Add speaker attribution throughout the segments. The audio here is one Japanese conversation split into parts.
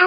Speaker 1: ア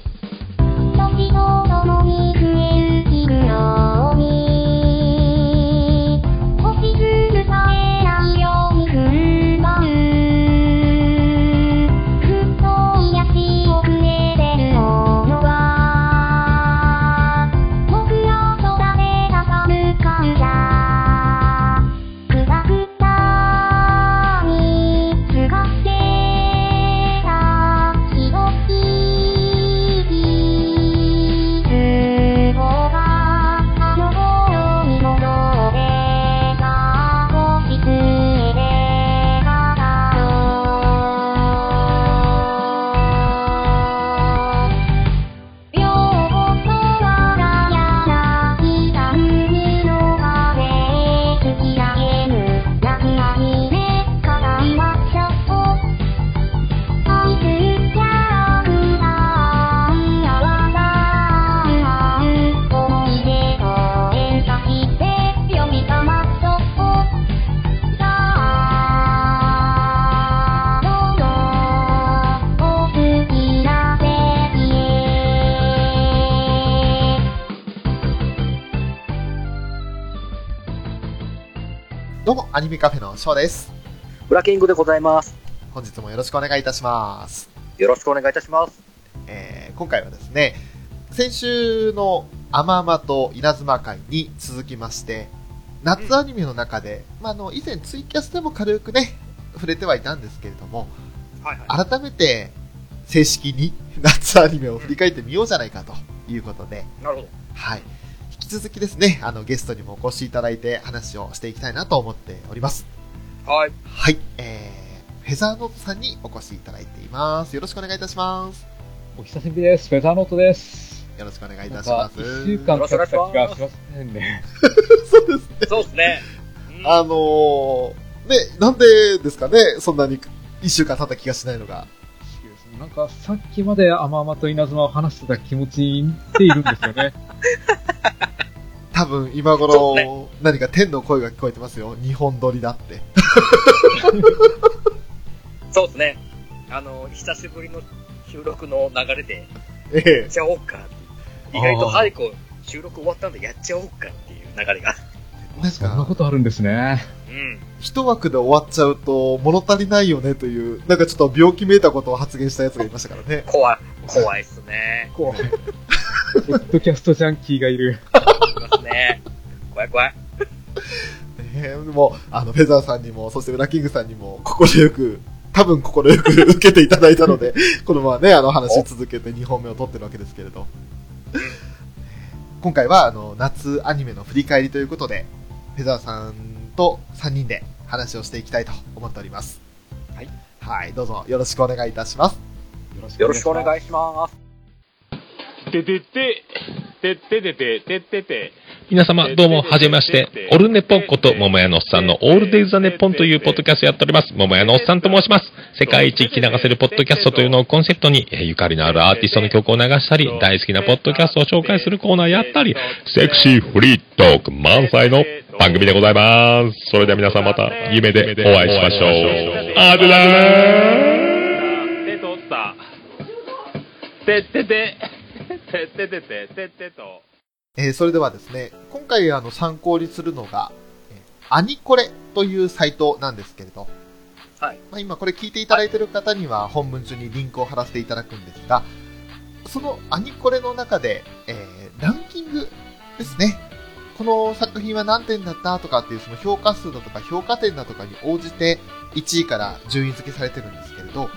Speaker 1: 時とともに増える日のように星しずさえないように踏ん張るふっと癒し遅れてるものは僕ら空でかさむ感謝くたくたにすがってたひろきつぼがあの頃に戻ってた星つえで語ろう両言はがやらきた海の風突き上げる泣く泣きで固い抹茶を愛するキャラクターやわらか思い出と演歌して呼び覚ましと「さあどうぞお好きな席へ」
Speaker 2: どうも、アニメカフェの翔です。
Speaker 3: ブラキングでございます。
Speaker 2: 本日もよろしくお願いいたします。
Speaker 3: よろしくお願いいたします。
Speaker 2: えー今回はですね、先週のアママと稲妻会に続きまして、夏アニメの中で、まあ、あの、以前ツイキャスでも軽くね、触れてはいたんですけれども、
Speaker 3: はいは
Speaker 2: 改めて正式に 夏アニメを振り返ってみようじゃないかということで、
Speaker 3: い。なるほど。
Speaker 2: はい。引き続きですね、あの、ゲストにもお越しいただいて話をしていきたいなと思っております。
Speaker 3: はい。
Speaker 2: はい、えー、フェザーノートさんにお越しいただいています。よろしくお願いいたします。
Speaker 4: お久しぶりです。フェザーノートです。
Speaker 2: よろしくお願いい
Speaker 4: な
Speaker 2: た
Speaker 4: ん
Speaker 2: し
Speaker 4: か
Speaker 2: ま、す。
Speaker 4: 一週間経った気がしませんね。
Speaker 2: そうですね。
Speaker 3: そうです ね。
Speaker 2: あのー、ね、なんでですかね、そんなに一週間経った気がしないのが。
Speaker 4: なんか、さっきまで甘々と稲妻を話してた気持ちでいるんですよ ね。
Speaker 2: 多分今
Speaker 3: そ
Speaker 2: 頃、
Speaker 3: う
Speaker 2: 何か天の声が聞こえてますよ。日本撮りだって。
Speaker 3: そうですね。あの、久しぶりの収録の流れで、
Speaker 2: え
Speaker 3: やっちゃおうかっていう。意外と、
Speaker 2: あー
Speaker 3: はい、こう、収録終わったんでやっちゃおうかっていう流れが。
Speaker 2: えなん
Speaker 4: そんな
Speaker 2: か、
Speaker 4: ことあるんですね。
Speaker 3: うん。
Speaker 2: 一枠で終わっちゃうと物足りないよねという、なんかちょっと病気めいたことを発言したやつがいましたからね。
Speaker 3: 怖い。怖いっすね。
Speaker 4: 怖い。ポッドキャストジャンキーがいる。
Speaker 3: いますね。怖い怖い。
Speaker 2: えー、でも、あの、フェザーさんにも、そしてウラキングさんにも、心よく、多分心よく受けていただいたの で、このままね、あの話続けて2本目を撮ってるわけですけれど。今回は、あの、夏アニメの振り返りということで、フェザーさんと3人で話をしていきたいと思っております。
Speaker 3: はい。
Speaker 2: はい、どうぞよろしくお願いいたします。
Speaker 3: よろしくお願
Speaker 4: い
Speaker 3: いします。
Speaker 5: ててて、てっててて、てってて。
Speaker 6: 皆様、どうも、はじめまして。オルネポこと、桃屋のおっさんのオールデイズ・ザ・ネッポンというポッドキャストやっております。桃屋のおっさんと申します。世界一聞き流せるポッドキャストというのをコンセプトに、えーゆかりのあるアーティストの曲を流したり、大好きなポッドキャストを紹介するコーナーやったり、セクシーフリートーク満載の番組でございます。それでは皆さんまた、夢でお会いしましょう。あでだー
Speaker 5: てとった。てってて、てっててて、てってと。
Speaker 2: えーそれではですね、今回あの参考にするのが、えーアニコレというサイトなんですけれど、
Speaker 3: はい
Speaker 2: まあ、今これ聞いていただいている方には本文中にリンクを貼らせていただくんですが、そのアニコレの中で、えーランキングですね。この作品は何点だったとかっていうその評価数だとか評価点だとかに応じて1位から順位付けされてるんですけれど、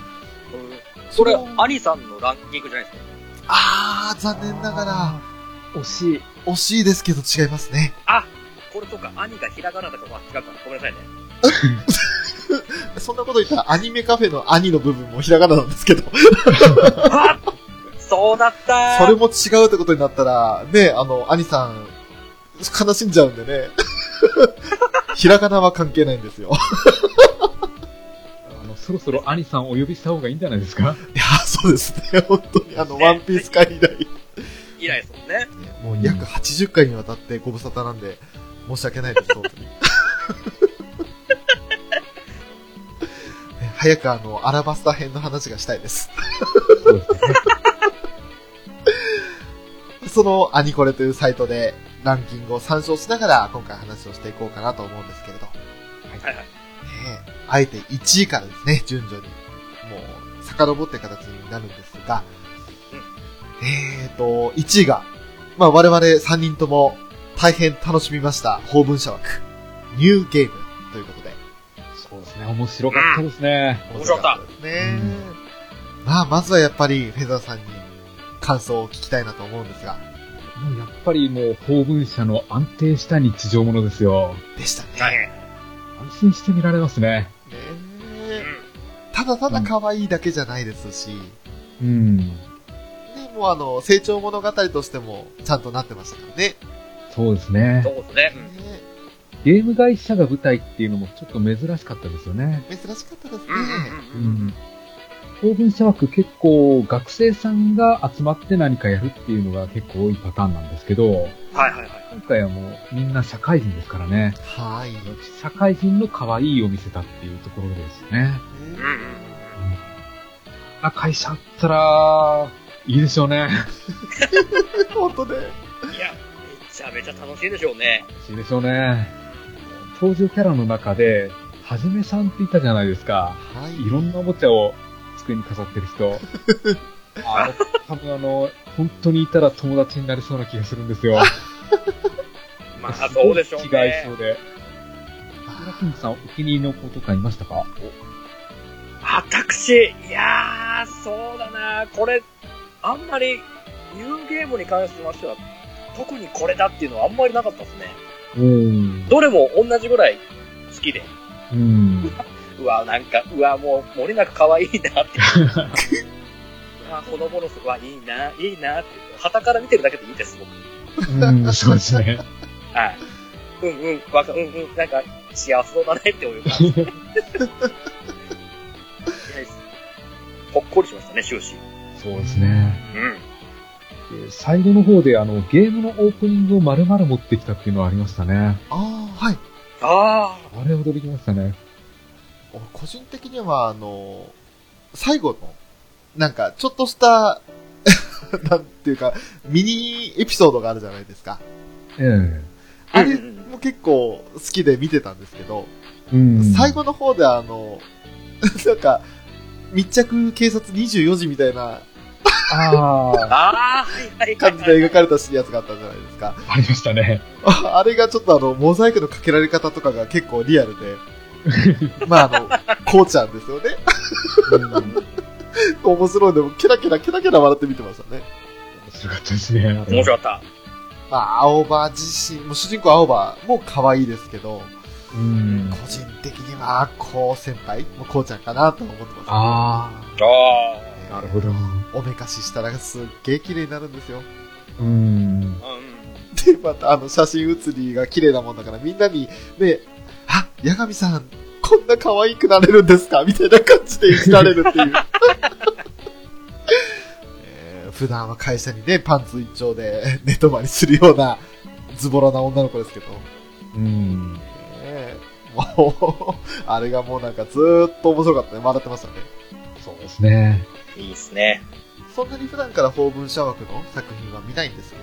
Speaker 3: これ
Speaker 2: その、
Speaker 3: アニさんのランキングじゃないですか。
Speaker 2: あー、残念ながら、
Speaker 4: ら。惜しい。
Speaker 2: 惜しいですけど違いますね。
Speaker 3: これとか、兄がひらがなだから違うから、ごめんな さいね。
Speaker 2: そんなこと言ったらアニメカフェの兄の部分もひらがななんですけど、
Speaker 3: そうだったー
Speaker 2: それも違うってことになったら、ね、あの、兄さん、悲しんじゃうんでね。 ひらがなは関係ないんですよ。
Speaker 4: あの、そそろそろ兄さんをお呼びした方がいいんじゃないですか
Speaker 2: いや、そうですね。本当に、あの、ワンピース界以来、ね
Speaker 3: 以来ですもんね。
Speaker 2: もう約80回にわたってご無沙汰なんで、申し訳ないです、本当に。ね 早くあの、アラバスタ編の話がしたいです。
Speaker 4: そうですね。
Speaker 2: そのアニコレというサイトでランキングを参照しながら今回話をしていこうかなと思うんですけれど。
Speaker 3: はいはい。
Speaker 2: ねえあえて1位からですね、順序に。もう、遡って形になるんですが、えーと、1位が、まあ我々3人とも大変楽しみました、法文社枠、ニューゲームということで。
Speaker 4: そうですね、面白かったですね。
Speaker 3: 面白かった
Speaker 2: ですね。まあまずはやっぱりフェザーさんに感想を聞きたいなと思うんですが、
Speaker 4: もうやっぱりもう、法文社の安定した日常ものですよ。
Speaker 2: でしたね。
Speaker 3: 大変。
Speaker 4: 安心して見られますね。
Speaker 2: ねえただただ可愛いだけじゃないですし、
Speaker 4: うん。
Speaker 2: ね、もうあの、成長物語としてもちゃんとなってましたからね。
Speaker 4: そうです
Speaker 3: うん。
Speaker 4: ね
Speaker 3: そ。うですね。うん
Speaker 2: ね
Speaker 4: ゲーム会社が舞台っていうのもちょっと珍しかったですよね。
Speaker 2: 珍しかったですね。
Speaker 3: うんう
Speaker 4: う
Speaker 3: んうんうん。
Speaker 4: ん。法文社枠結構学生さんが集まって何かやるっていうのが結構多いパターンなんですけ
Speaker 3: は
Speaker 4: ど、
Speaker 3: いはいはい。
Speaker 4: 今回はもうみんな社会人ですからね。
Speaker 2: はい。
Speaker 4: 社会人の可愛いを見せたっていうところですね。
Speaker 3: うん
Speaker 2: ね
Speaker 3: うん
Speaker 4: あ、会社あったら、いいでしょうね。
Speaker 2: 本当ね。
Speaker 3: うん。いや、めちゃめちゃ楽しいでしょうね。
Speaker 4: いいでしょうね。登場キャラの中で、はじめさんっていたじゃないですか。
Speaker 2: はい。
Speaker 4: いろんなおもちゃを机に飾って る人。あの、多分あの、本当にいたら友達になりそうな気がするんですよ。
Speaker 3: まあ、そうでしょう
Speaker 4: すごい違い
Speaker 3: ね
Speaker 4: そ。うで。村上さん、お気に入りの子とかいましたか
Speaker 3: 私、いやー、そうだなこれ、あんまり、ニューゲームに関してましては、特にこれだっていうのはあんまりなかったですね。
Speaker 4: うん。
Speaker 3: どれも同じぐらい好きで。
Speaker 4: うん。
Speaker 3: うわ、なんか、うわ、もう、森永可愛い なって。うわ、ほのぼのす、うわ、いいな、いいなって。旗から見てるだけでいいです、僕。
Speaker 4: うん、そうです ね。
Speaker 3: はい。うんうん、わか、うんうん、なんか、幸せそうだねって思います。ほっこりしましたね、終始。
Speaker 4: そうですね。
Speaker 3: うん。
Speaker 4: で最後の方であのゲームのオープニングを丸々持ってきたっていうのはありましたね。
Speaker 2: ああ、はい。
Speaker 3: あ
Speaker 4: あれ驚きましたね。
Speaker 2: 俺個人的には、あの、最後の、なんか、ちょっとした、 なんていうか、ミニエピソードがあるじゃないですか。
Speaker 4: ええ。
Speaker 3: あ。
Speaker 2: あれも結構好きで見てたんですけど、
Speaker 4: うん
Speaker 2: 最後の方であの、 なんか、密着警察24時みたいな
Speaker 4: ああ、
Speaker 3: ああ、はいはいはい
Speaker 2: 感じで
Speaker 3: はい。
Speaker 2: 描かれたシリアスがあったじゃないですか。
Speaker 4: ありましたね。
Speaker 2: ああれがちょっとあの、モザイクのかけられ方とかが結構リアル で、まああの、こうちゃんですよね。
Speaker 4: 面
Speaker 2: 面白いんで、もうケラケラケラケラ笑って見てましたね。
Speaker 4: 白かったですね。
Speaker 3: 面白かっ
Speaker 2: まあ、青葉自身、もう主人公青葉も可愛いですけど、
Speaker 4: うん
Speaker 2: 個人的には、こう先輩、もうこうちゃんかなと思ってます、
Speaker 4: あ
Speaker 3: た。あ
Speaker 2: ね
Speaker 4: あ、なるほど。
Speaker 2: おめかししたらすっげえ綺麗になるんですよ。
Speaker 4: うん。
Speaker 3: あ。うん。
Speaker 2: で、またあの写真写りが綺麗なもんだからみんなに、ね、あ、八神さん、こんな可愛くなれるんですかみたいな感じでいじられるっていう。 えー普段は会社にね、パンツ一丁で 寝泊まりするようなズボラな女の子ですけど、ね
Speaker 4: うん。
Speaker 2: えもう、 あれがもうなんかずーっと面白かったね。笑ってましたね。
Speaker 4: そうですね。
Speaker 3: いいっすね。
Speaker 2: そんなに普段から法文社枠の作品は見ないんです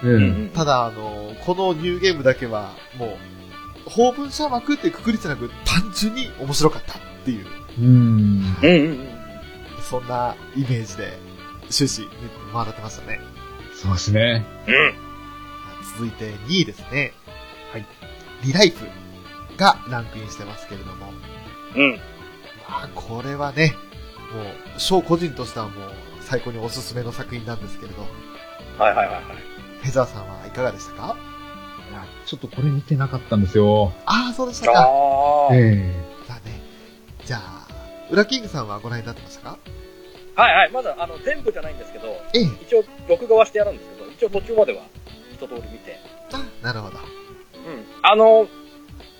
Speaker 2: けれど、
Speaker 3: う
Speaker 4: う。
Speaker 3: んん
Speaker 2: ただ、あの、このニューゲームだけは、もう、法文社枠ってくくりじゃなく、単純に面白かったっていう、
Speaker 4: うん。
Speaker 3: うんうん。
Speaker 2: そんなイメージで、終始、笑ってましたね。
Speaker 4: そうですね。
Speaker 3: うん。
Speaker 2: 続いて2位ですね。
Speaker 4: はい。
Speaker 2: リライフがランクインしてますけれども、
Speaker 3: うん。
Speaker 2: まあ、これはね、もう、賞個人としてはもう、最高におすすめの作品なんですけれど、
Speaker 3: はいはいはいはい。
Speaker 2: フェザーさんはいかがでしたか
Speaker 4: いやちょっとこれ見てなかったんですよ。
Speaker 2: ああ、そうでしたか。
Speaker 3: ああ。はい
Speaker 4: え
Speaker 2: だね。じゃあ、ウラキングさんはご覧になってましたか
Speaker 3: はい。まだ、あの、全部じゃないんですけど、
Speaker 2: ええ。
Speaker 3: 一応、録画はしてやるんですけど、一応途中までは、一通り見て。
Speaker 2: あなるほど。
Speaker 3: うん。あの、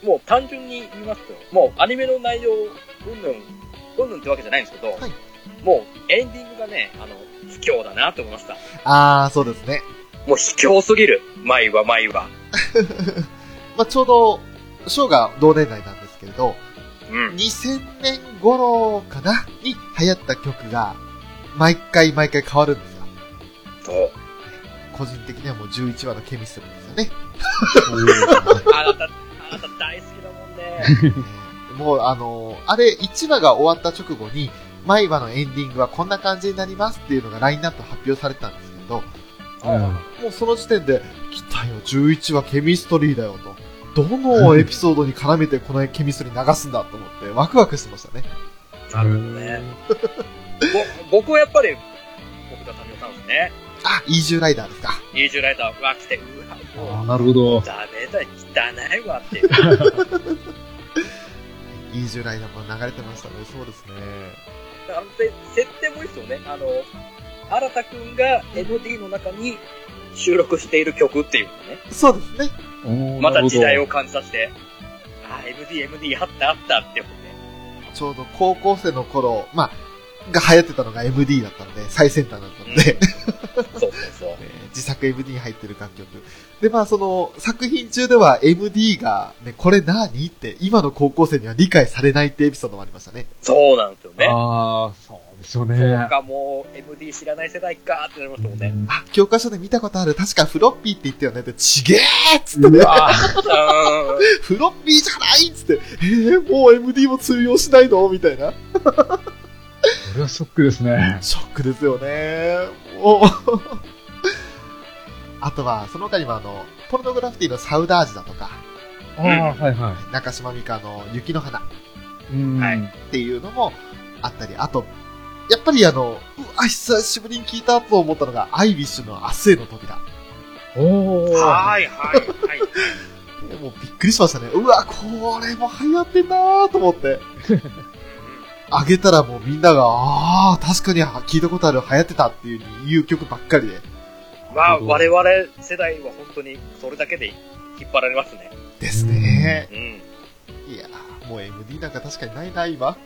Speaker 3: もう単純に言いますと、もうアニメの内容、うんぬんうんぬんってわけじゃないんですけど、
Speaker 2: はい
Speaker 3: もうエンディングがね、あの、卑怯だなと思いました。
Speaker 2: ああ、そうですね。
Speaker 3: もう卑怯すぎる。前は前は。
Speaker 2: まあ、ちょうど、ショーが同年代なんですけれど、
Speaker 3: うん。
Speaker 2: 2000年頃かなに流行った曲が、毎回毎回変わるんですよ。
Speaker 3: そう。
Speaker 2: 個人的にはもう11話のケミストリーですよね。
Speaker 3: あなた、あなた大好きだもんね。
Speaker 2: えーもうあのーあれ1話が終わった直後に、毎話のエンディングはこんな感じになりますっていうのがラインナップ発表されたんですけど、もうその時点で、来たよ、11話ケミストリーだよと。どのエピソードに絡めてこのケミストリー流すんだと思って、ワクワクしてましたね。
Speaker 3: なるほどね。ぼ僕はやっぱり、僕が民生さんですね。
Speaker 2: あ、イージューライダーですか。
Speaker 3: イージューライダーは来て、うわ、
Speaker 4: あ
Speaker 3: も
Speaker 4: あ、
Speaker 3: う、
Speaker 4: なるほど。
Speaker 3: ダメだ、汚いわって。
Speaker 2: イージューライダーも流れてましたね。そうですね。
Speaker 3: あので設定もいいですよね。あの、新田くんが MD の中に収録している曲っていうのね。
Speaker 2: そうですね。
Speaker 4: おー
Speaker 3: ま
Speaker 4: な
Speaker 3: た
Speaker 4: るほど
Speaker 3: 時代を感じさせて、あー、MD、MD、あった、あったって思って。
Speaker 2: ちょうど高校生の頃、まあ、が流行ってたのが MD だったので、最先端だったので、
Speaker 3: そうそうそう。
Speaker 2: えー自作 MD に入ってる楽曲。で、まあ、その、作品中では MD が、ね、これ何って、今の高校生には理解されないってエピソードもありましたね。
Speaker 3: そうなんですよね。
Speaker 4: ああ、そうですよ
Speaker 3: そう
Speaker 4: ね。
Speaker 3: か、もう MD 知らない世代かってなりましたもんね。
Speaker 2: あ、教科書で見たことある。確かフロッピーって言ったよねって、ちげーっつって
Speaker 4: う
Speaker 2: ね、
Speaker 4: わー
Speaker 3: うーん
Speaker 2: フロッピーじゃないっつって、えー、もう MD も通用しないのみたいな。
Speaker 4: これはショックです ね。
Speaker 2: ショックですよね。もう あとは、その他にもあの、ポルノグラフィティのサウダージだとか、
Speaker 4: ああ、はいは
Speaker 2: 中島美嘉の雪の花っ
Speaker 4: い。うん。
Speaker 3: はい
Speaker 2: ていうのもあったり、あと、やっぱりあの、うわ、久しぶりに聞いたと思ったのが、アイビッシュの明日への扉。
Speaker 4: おお。
Speaker 3: はいはいはい。
Speaker 2: もうびっくりしましたね。うわ、これも流行ってんなーと思って。あげたらもうみんなが、ああ、確かに聞いたことある、流行ってたっていういう曲ばっかりで。
Speaker 3: まあ、我々世代は本当にそれだけで引っ張られますね。
Speaker 2: ですね。
Speaker 3: うん。
Speaker 2: いやーもう MD なんか確かにないな、今。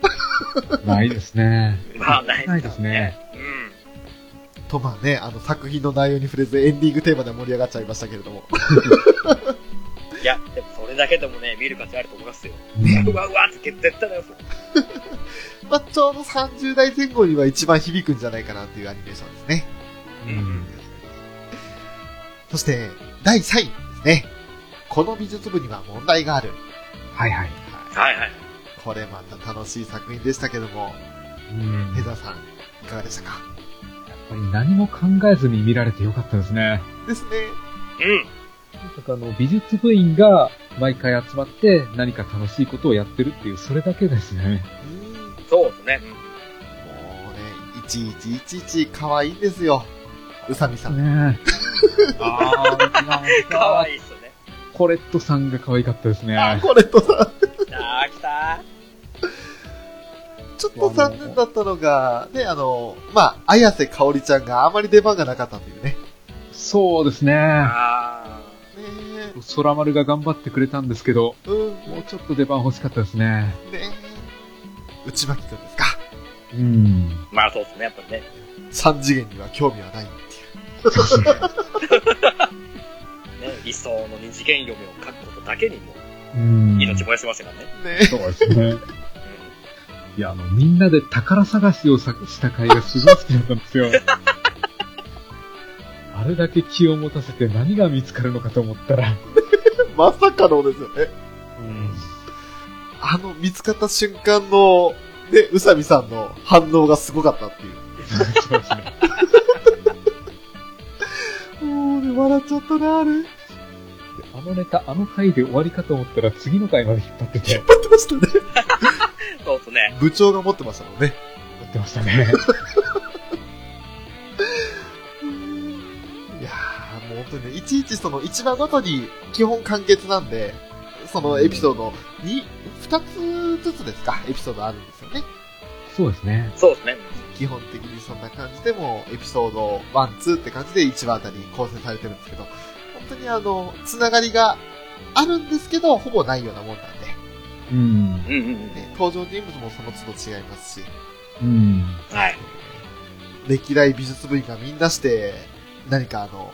Speaker 4: ないですね。
Speaker 3: まあ、ない
Speaker 4: ないですね。
Speaker 3: うん。
Speaker 2: とまあね、あの作品の内容に触れずエンディングテーマで盛り上がっちゃいましたけれども。
Speaker 3: いや、でもそれだけでもね、見る価値あると思いますよ。
Speaker 4: ね
Speaker 3: うわうわって絶対なりますよ。
Speaker 2: まあ、ちょうど30代前後には一番響くんじゃないかなっていうアニメーションですね。
Speaker 4: うん。
Speaker 2: そして、第3位ですね。この美術部には問題がある。
Speaker 4: はいはい。
Speaker 3: はいはい。
Speaker 2: これまた楽しい作品でしたけども、
Speaker 4: うん
Speaker 2: ヘ
Speaker 4: やっ
Speaker 2: ザーさん、いかがでしたか
Speaker 4: ぱり何も考えずに見られてよかったですね。
Speaker 2: ですね。
Speaker 3: うん。
Speaker 4: とにかくあの、美術部員が毎回集まって何か楽しいことをやってるっていう、それだけですね。
Speaker 2: うん。も
Speaker 3: そうですね。
Speaker 2: うね、いちいちいちいち可愛いんですよ。うさみさん。
Speaker 4: ねああ、
Speaker 3: かわいいっすよね。
Speaker 4: コレットさんが可愛かったですね。
Speaker 2: あ、これとさ、
Speaker 3: あー、来た
Speaker 2: ちょっと残念だったのが、ね、あの、まあ、綾瀬香織ちゃんがあまり出番がなかったというね。
Speaker 4: そうですね。
Speaker 3: ー。あ
Speaker 2: ね
Speaker 4: 空丸が頑張ってくれたんですけど、
Speaker 2: え、うん、
Speaker 4: もうちょっと出番欲しかったですね。
Speaker 2: ねえ。内巻くんですか
Speaker 4: うん。
Speaker 3: ー。まあそうですね、やっぱりね。
Speaker 2: 三次元には興味はないっていう。
Speaker 3: ね理想の二次元嫁を書くことだけにも
Speaker 4: うん
Speaker 3: う命燃やしてましたからね。
Speaker 2: ね
Speaker 4: そうですね。いや、あの、みんなで宝探しをさした会がすごい好きだったんですよ。あれだけ気を持たせて何が見つかるのかと思ったら。
Speaker 2: え。まさかのですよね。
Speaker 4: うん。
Speaker 2: あの、見つかった瞬間の、ね、宇佐美さんの反応がすごかったっていう。
Speaker 4: そうですね。
Speaker 2: もうね、笑っちゃったな、あれ。言
Speaker 4: あのネタ、あの回で終わりかと思ったら次の回まで引っ張ってて、や
Speaker 2: ってましたね。
Speaker 3: うん。そうですね。
Speaker 2: 部長が持ってましたもんね。
Speaker 4: ってましたね。
Speaker 2: いやー、もう本当にね、いちいちその一話ごとに基本完結なんで、そのエピソードに、二つずつですか、エピソードあるんですよね。
Speaker 4: そうですね。
Speaker 3: そうですね。
Speaker 2: 基本的にそんな感じでもうエピソード1、2って感じで1話あたり構成されてるんですけど、本当にあの、つながりがあるんですけど、ほぼないようなもんなんで、
Speaker 4: ううん。
Speaker 3: うんうん
Speaker 2: ね、登場人物もその都度違いますし、
Speaker 4: うん。
Speaker 3: うん。はい。
Speaker 2: 歴代美術部員がみんなして、何かあの、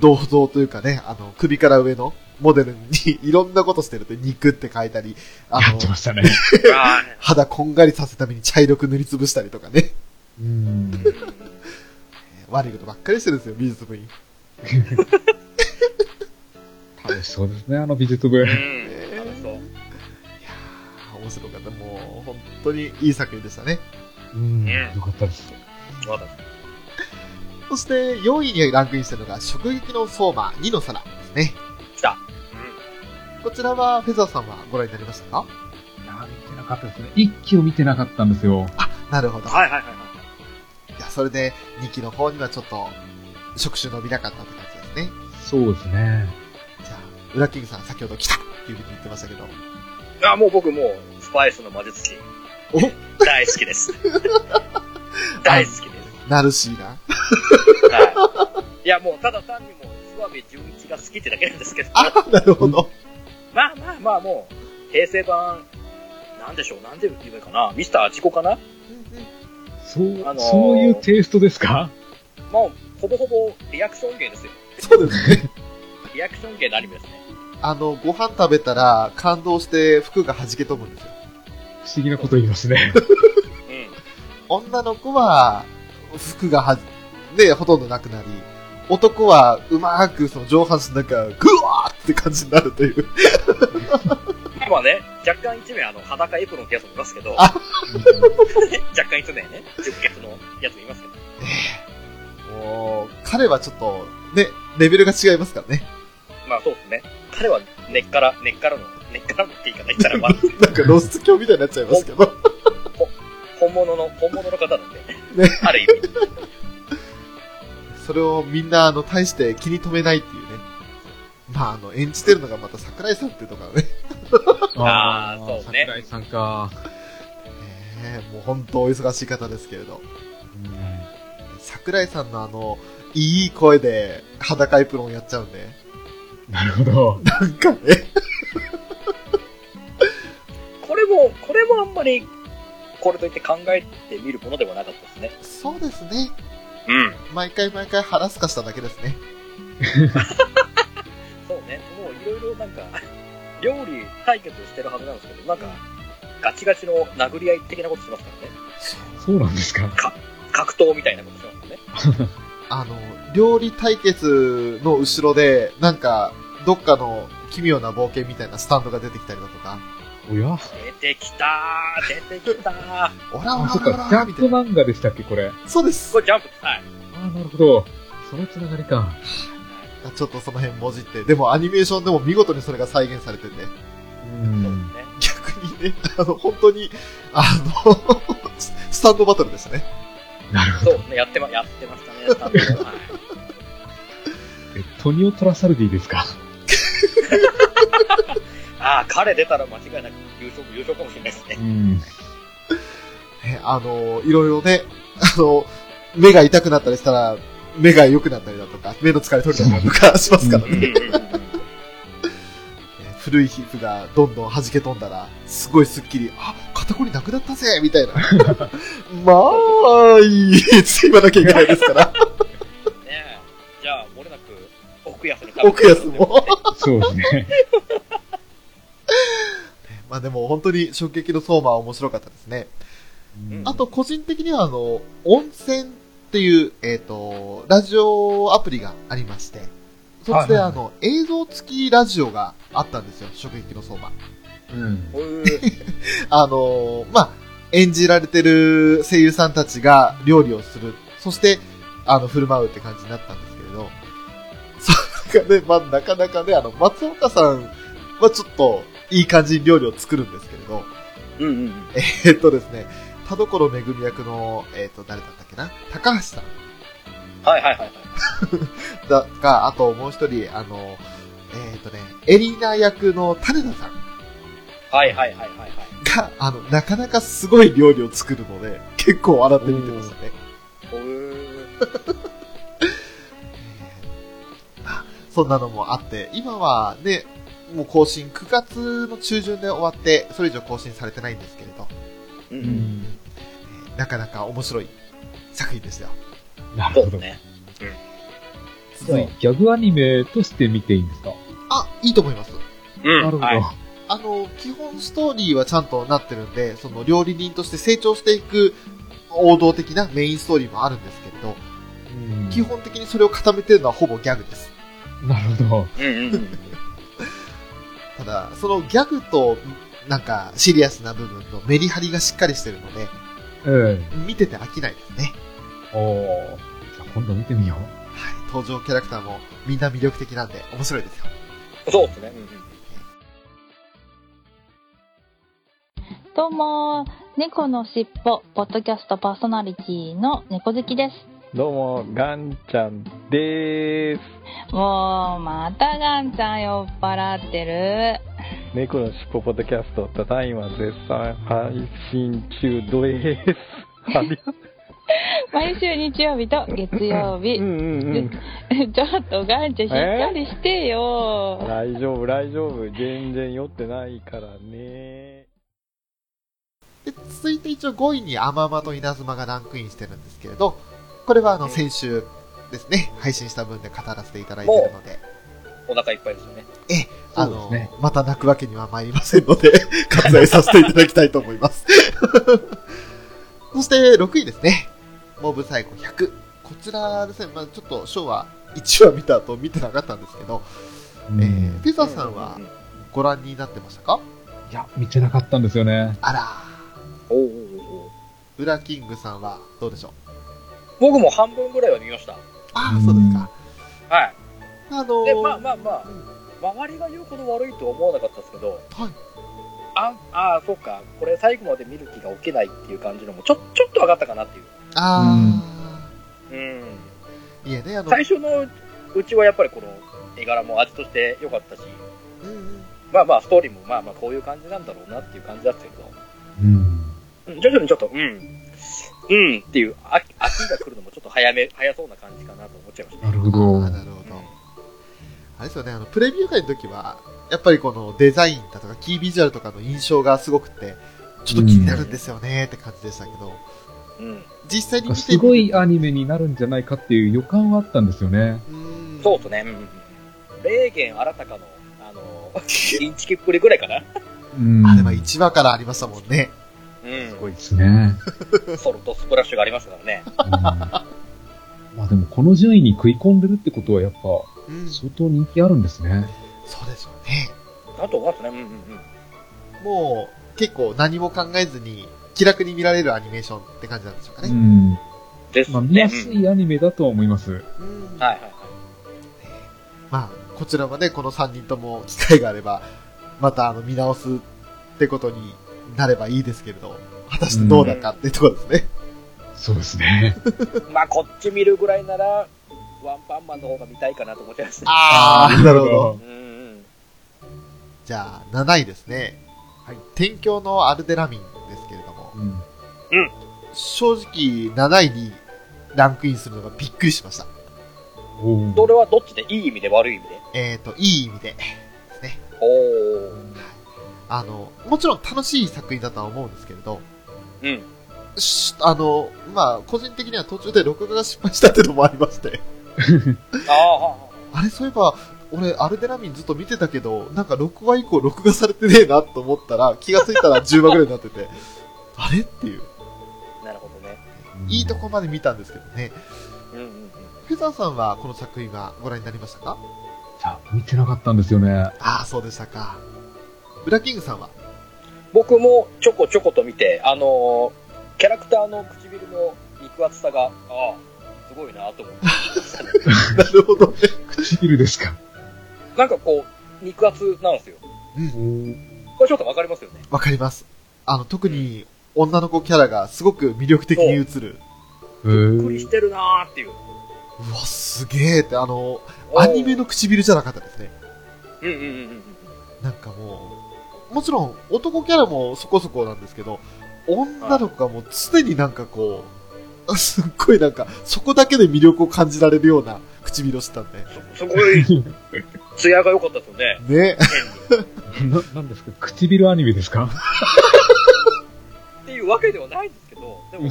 Speaker 2: 銅像というかね、あの、首から上のモデルに いろんなことしてるって肉って書いたり、あ
Speaker 4: や
Speaker 2: の
Speaker 4: って、ましたね。
Speaker 3: あ
Speaker 2: 肌こんがりさせるために茶色く塗りつぶしたりとかね。
Speaker 4: うん。
Speaker 2: 悪いことばっかりしてるんですよ、美術部員。
Speaker 4: 楽しそうですね、あの美術部
Speaker 3: ー。うん。楽しそう。
Speaker 2: あー面白かった。もう、本当にいい作品でしたね。
Speaker 4: うん。
Speaker 3: ね
Speaker 4: よかったです。
Speaker 3: まだ。
Speaker 2: そして、4位にランクインしたのが、食撃の相馬2の皿ですね。
Speaker 3: 来た。
Speaker 2: こちらは、フェザーさんはご覧になりましたか
Speaker 4: いや、見てなかったですね。一期を見てなかったんですよ。
Speaker 2: なるほど。
Speaker 3: はいはいはいはい。
Speaker 2: いや、それで、2期の方にはちょっと、触手伸びなかったって感じですね。
Speaker 4: そうですね。
Speaker 2: じゃあ、裏キングさん先ほど来たっていうふうに言ってましたけど。
Speaker 3: いや、もう僕もう、スパイスの魔術師。大好き です。大好きです。
Speaker 2: ナルシーな。
Speaker 3: はい。いや、もう、ただ単にもう、諏訪部純一が好きってだけなんです けど、ま
Speaker 2: あ、なるほど。
Speaker 3: あまあまあ、もう、平成版、なんでしょう、なんで言えばいいかな、ミスターアチコかな
Speaker 4: そう、
Speaker 3: あのー
Speaker 4: そういうテイストですか
Speaker 3: もう、ほぼほぼ、リアクション芸ですよ。
Speaker 2: そうですね。
Speaker 3: リアクション芸のアニメですね。
Speaker 2: あの、ご飯食べたら、感動して服が弾け飛ぶんですよ。
Speaker 4: 不思議なこと言いますね。
Speaker 2: 女の子は、服がはじ、ね、ほとんどなくなり、男は、うまーく、その上半身なんか、グワーって感じになるという。
Speaker 3: うん。今ね、若干一名、あの、裸エプロンってやつもいますけど、
Speaker 2: あ
Speaker 3: 若干一名ね、純潔のやつもいますけど、
Speaker 2: もう、彼はちょっと、ね、レベルが違いますからね。
Speaker 3: まあそうですね。彼は根っから、根っからの、根っからのって言い方言った ら、まあ、
Speaker 2: なんか露出狂みたいになっちゃいますけど。
Speaker 3: 本物の、本物の方なんで、
Speaker 2: ね
Speaker 3: ある意味。
Speaker 2: それをみんな、あの、大して気に留めないっていうね。まあ、あの、演じてるのがまた桜井さんっていうのがね。
Speaker 3: あーそうね
Speaker 4: 桜井さんか。
Speaker 2: ねえもう本当お忙しい方ですけれど。
Speaker 4: うん
Speaker 2: 桜井さんのあの、いい声で裸エプロンやっちゃうんで。
Speaker 4: なるほど。
Speaker 2: なんかね。
Speaker 3: これも、これもあんまり、これといって考えてみるものではなかったですね。
Speaker 2: そうですね。
Speaker 3: うん。
Speaker 2: 毎回毎回腹すかしただけですね。
Speaker 3: そうね。もういろいろなんか、料理対決してるはずなんですけど、なんか、ガチガチの殴り合い的なことしますからね。
Speaker 4: そうなんですか。
Speaker 3: 格闘みたいなことしますよね。
Speaker 2: あの、料理対決の後ろで、なんか、どっかの奇妙な冒険みたいなスタンドが出てきたりだとか、
Speaker 4: おや
Speaker 3: 出てきたー出てきたー
Speaker 2: オラオ
Speaker 4: あ、
Speaker 2: ラ
Speaker 4: そっ
Speaker 2: オ
Speaker 4: か。ジ
Speaker 2: ラ
Speaker 4: ャ
Speaker 2: ーみ
Speaker 4: ン
Speaker 2: た
Speaker 4: プ
Speaker 2: いな。
Speaker 4: 漫画でしたっけ、これ。
Speaker 2: そうです。
Speaker 3: これジャンプです。はい。
Speaker 4: ああ、なるほど。そのつながりか。
Speaker 2: ちょっとその辺もじって、でもアニメーションでも見事にそれが再現されてて、
Speaker 4: うん。
Speaker 3: ね。
Speaker 2: 逆にね、 あの、本当に、あの、 ススタンドバトルでしたね。
Speaker 4: なる
Speaker 3: そ
Speaker 4: ほど。
Speaker 3: うね。やってま、やってましたね。スタンドはい
Speaker 4: えトニオ・トラサルディですか。
Speaker 3: ああ、彼出たら間違いなく優勝、優勝かもしれないですね。
Speaker 4: うん。
Speaker 2: ねあの、いろいろね、あの、目が痛くなったりしたら、目が良くなったりだとか、目の疲れ取れたりだとかしますから
Speaker 3: う
Speaker 2: ね。
Speaker 3: んうんうん。
Speaker 2: ね古い皮膚がどんどん弾け飛んだら、すごいスッキリ、あ、肩こりなくなったぜみたい な。まあ、いいって言わなきゃいけないですから、
Speaker 3: ねえ。じゃあ、もれなく、奥安に
Speaker 2: 奥安も。
Speaker 4: そうですね。
Speaker 2: まあでも本当に衝撃の相馬は面白かったですね。
Speaker 3: うん
Speaker 2: あと個人的にはあの、温泉っていう、えっ、と、ラジオアプリがありまして、そっちで
Speaker 4: はい
Speaker 2: あ
Speaker 4: はい
Speaker 2: の、映像付きラジオがあったんですよ、衝撃の相馬。
Speaker 4: うん。
Speaker 3: うー
Speaker 2: あのーまあ、演じられてる声優さんたちが料理をする。そして、あの、振る舞うって感じになったんですけれど。そうかね、まあ、なかなかね、あの、松岡さんはちょっと、いい感じに料理を作るんですけれど。
Speaker 3: うんうんうん。
Speaker 2: えっとですね、田所めぐみ役の、えっ、と、誰だったっけな高橋さん
Speaker 3: はいはいはいはい。
Speaker 2: だか、あともう一人、あの、えっ、とね、エリーナ役の種田さん
Speaker 3: はいはいはいはいはい。
Speaker 2: が、あの、なかなかすごい料理を作るので、結構笑って見てましたね。
Speaker 3: うー
Speaker 2: そんなのもあって、今はね、もう更新9月の中旬で終わって、それ以上更新されてないんですけれど、
Speaker 3: う。
Speaker 4: うん
Speaker 2: え
Speaker 4: ん。
Speaker 2: ーなかなか面白い作品ですよ。
Speaker 4: なる
Speaker 3: そ
Speaker 4: ほ
Speaker 3: うだ
Speaker 4: ど。
Speaker 3: ね。
Speaker 4: つまりギャグアニメとして見ていいんですか
Speaker 2: あ、いいと思います。
Speaker 3: うん。
Speaker 4: なるほど。
Speaker 3: はい。
Speaker 2: あの、基本ストーリーはちゃんとなってるんで、その料理人として成長していく王道的なメインストーリーもあるんですけれど、
Speaker 4: うん
Speaker 2: 基本的にそれを固めてるのはほぼギャグです。
Speaker 4: なるほど。
Speaker 3: うんうん。
Speaker 2: ただ、そのギャグと、なんか、シリアスな部分のメリハリがしっかりしてるので、
Speaker 4: うん。
Speaker 2: 見てて飽きないですね。
Speaker 4: おー。じゃあ今度見てみよう。
Speaker 2: はい。登場キャラクターもみんな魅力的なんで面白いですよ。
Speaker 3: そうですね。うんうん
Speaker 7: どうも猫のしっぽポッドキャストパーソナリティの猫好きです
Speaker 8: どうも、ガンちゃんでーす。
Speaker 7: もうまたガンちゃん酔っ払ってる
Speaker 8: 猫のしっぽポッドキャスト、ただいま絶賛配信中 です。ありがと
Speaker 7: 毎週日曜日と月曜
Speaker 8: う。
Speaker 7: 日
Speaker 8: うんうんうん。
Speaker 7: ちょっとガンちゃんしっかりしてよ、
Speaker 8: 大丈夫、大丈夫。全然酔ってないからね。
Speaker 2: で、続いて一応5位にアママと稲妻がランクインしてるんですけれど、これはあの、先週ですね、配信した分で語らせていただいてるので、
Speaker 3: お腹いっぱいですよね。
Speaker 2: あ
Speaker 4: そ
Speaker 2: の、
Speaker 4: うですね
Speaker 2: また泣くわけには参りませんの で、割愛させていただきたいと思います。そして、6位ですね。モブ最後100。こちらですね、まあちょっとショーは1話見た後見てなかったんですけど、えー、ピザさんは
Speaker 3: ううう
Speaker 2: ご覧になってましたか
Speaker 4: いや、見てなかったんですよね。
Speaker 2: あら
Speaker 3: おうおうおう
Speaker 2: ー、ウラキングさんはどうでしょう
Speaker 3: 僕も半分ぐらいは見ました。
Speaker 2: ああ、そうですか。
Speaker 3: は
Speaker 2: あの
Speaker 3: い。
Speaker 2: ー
Speaker 3: で、まあまあまあ、周りが言うほど悪いとは思わなかったですけど、
Speaker 2: はい。
Speaker 3: あ、ああ、そうか、これ最後まで見る気が起きないっていう感じのも、ちょ、ちょっと上がったかなっていう。
Speaker 2: あ
Speaker 3: うん。
Speaker 2: あ、いえね、あの、
Speaker 3: 最初のうちはやっぱりこの絵柄も味として良かったし、
Speaker 2: うんうん
Speaker 3: まあまあ、ストーリーもまあまあ、こういう感じなんだろうなっていう感じだったけど、
Speaker 4: うん。
Speaker 3: うん徐々にちょっと、うん、うんっていう、あ秋が来るのもちょっと早め、早そうな感じかなと思っちゃいました
Speaker 4: な
Speaker 3: ね。
Speaker 2: あ
Speaker 4: るほど
Speaker 2: ー。なるほど。あれですよね、あの、プレビュー会の時は、やっぱりこのデザインだとか、キービジュアルとかの印象がすごくて、ちょっと気になるんですよねって感じでしたけど、
Speaker 3: うん。
Speaker 2: 実際に見てみ
Speaker 4: すごいアニメになるんじゃないかっていう予感はあったんですよね。
Speaker 2: うん
Speaker 3: そうとね、うん。霊源新たかの、あの、インチキっぷりぐらいかな。
Speaker 4: うん。
Speaker 2: あれは1話からありましたもんね。
Speaker 3: うん。
Speaker 4: いですね。
Speaker 3: ソルトスプラッシュがありましたからね。
Speaker 4: うんまあでもこの順位に食い込んでるってことはやっぱ
Speaker 2: うんそ
Speaker 4: 相当人気あるんですね。
Speaker 2: うでしょうね。
Speaker 3: あと、あとね、うんうんうん。
Speaker 2: もう、結構何も考えずに、気楽に見られるアニメーションって感じなんでしょうか
Speaker 4: う
Speaker 2: ね。
Speaker 4: ん。
Speaker 3: ですね。
Speaker 4: まあ見やす
Speaker 3: うん
Speaker 4: いアニメだとは思います。
Speaker 2: うん
Speaker 3: はいはいはい。
Speaker 2: まあ、こちらはね、この3人とも機会があれば、またあの見直すってことになればいいですけれど、果たしてどうだかっていうところですね。
Speaker 4: そうですね。
Speaker 3: まあ、こっち見るぐらいなら、ワンパンマンの方が見たいかなと思っちゃいました。
Speaker 2: あーなるほど。
Speaker 3: うんうん。
Speaker 2: じゃあ、7位ですね。はい。天境のアルデラミンですけれども、
Speaker 4: うん。
Speaker 2: 正直7位にランクインするのがびっくりしました。
Speaker 4: おー
Speaker 3: それはどっちでいい意味で悪い意味で
Speaker 2: えっ、ー、と、いい意味で。
Speaker 3: おお。
Speaker 2: あの、もちろん楽しい作品だとは思うんですけれど、
Speaker 3: うん
Speaker 2: し。あの、まあ、個人的には途中で録画が失敗したっていうのもありまして。
Speaker 3: ああ、
Speaker 2: あれ、そういえば、俺、アルデラミンずっと見てたけど、なんか6話以降録画されてねえなと思ったら、気がついたら10話ぐらいになってて、あれっていう。
Speaker 3: なるほどね。
Speaker 2: いいとこまで見たんですけどね。
Speaker 3: うんうんうん。
Speaker 2: フェザーさんはこの作品はご覧になりましたか
Speaker 4: いや見てなかったんですよね。
Speaker 2: ああ、そうでしたか。ブラキングさんは
Speaker 3: 僕もちょこちょこと見て、あのーキャラクターの唇の肉厚さが、ああ、すごいなと思って。
Speaker 2: なるほどね。
Speaker 4: 唇です か。
Speaker 3: なんかこう、肉厚なんですよ。これちょっとわかりますよね。
Speaker 2: わかります。あの、特に女の子キャラがすごく魅力的に映る。
Speaker 4: へ
Speaker 3: びっくり
Speaker 4: ー
Speaker 3: してるなーっていう。
Speaker 2: うわ、すげえって、あの、アニメの唇じゃなかったですね。
Speaker 3: うんうんうんうん。
Speaker 2: なんかもう、もちろん男キャラもそこそこなんですけど、女の子がもう常になんかこう、すっごいなんか、そこだけで魅力を感じられるような唇をしたんで。
Speaker 3: すごい、 ツヤが良かったですよね。
Speaker 2: ね。
Speaker 3: 変に
Speaker 4: な、なんですか唇アニメですか
Speaker 3: っていうわけではないんですけど、でも、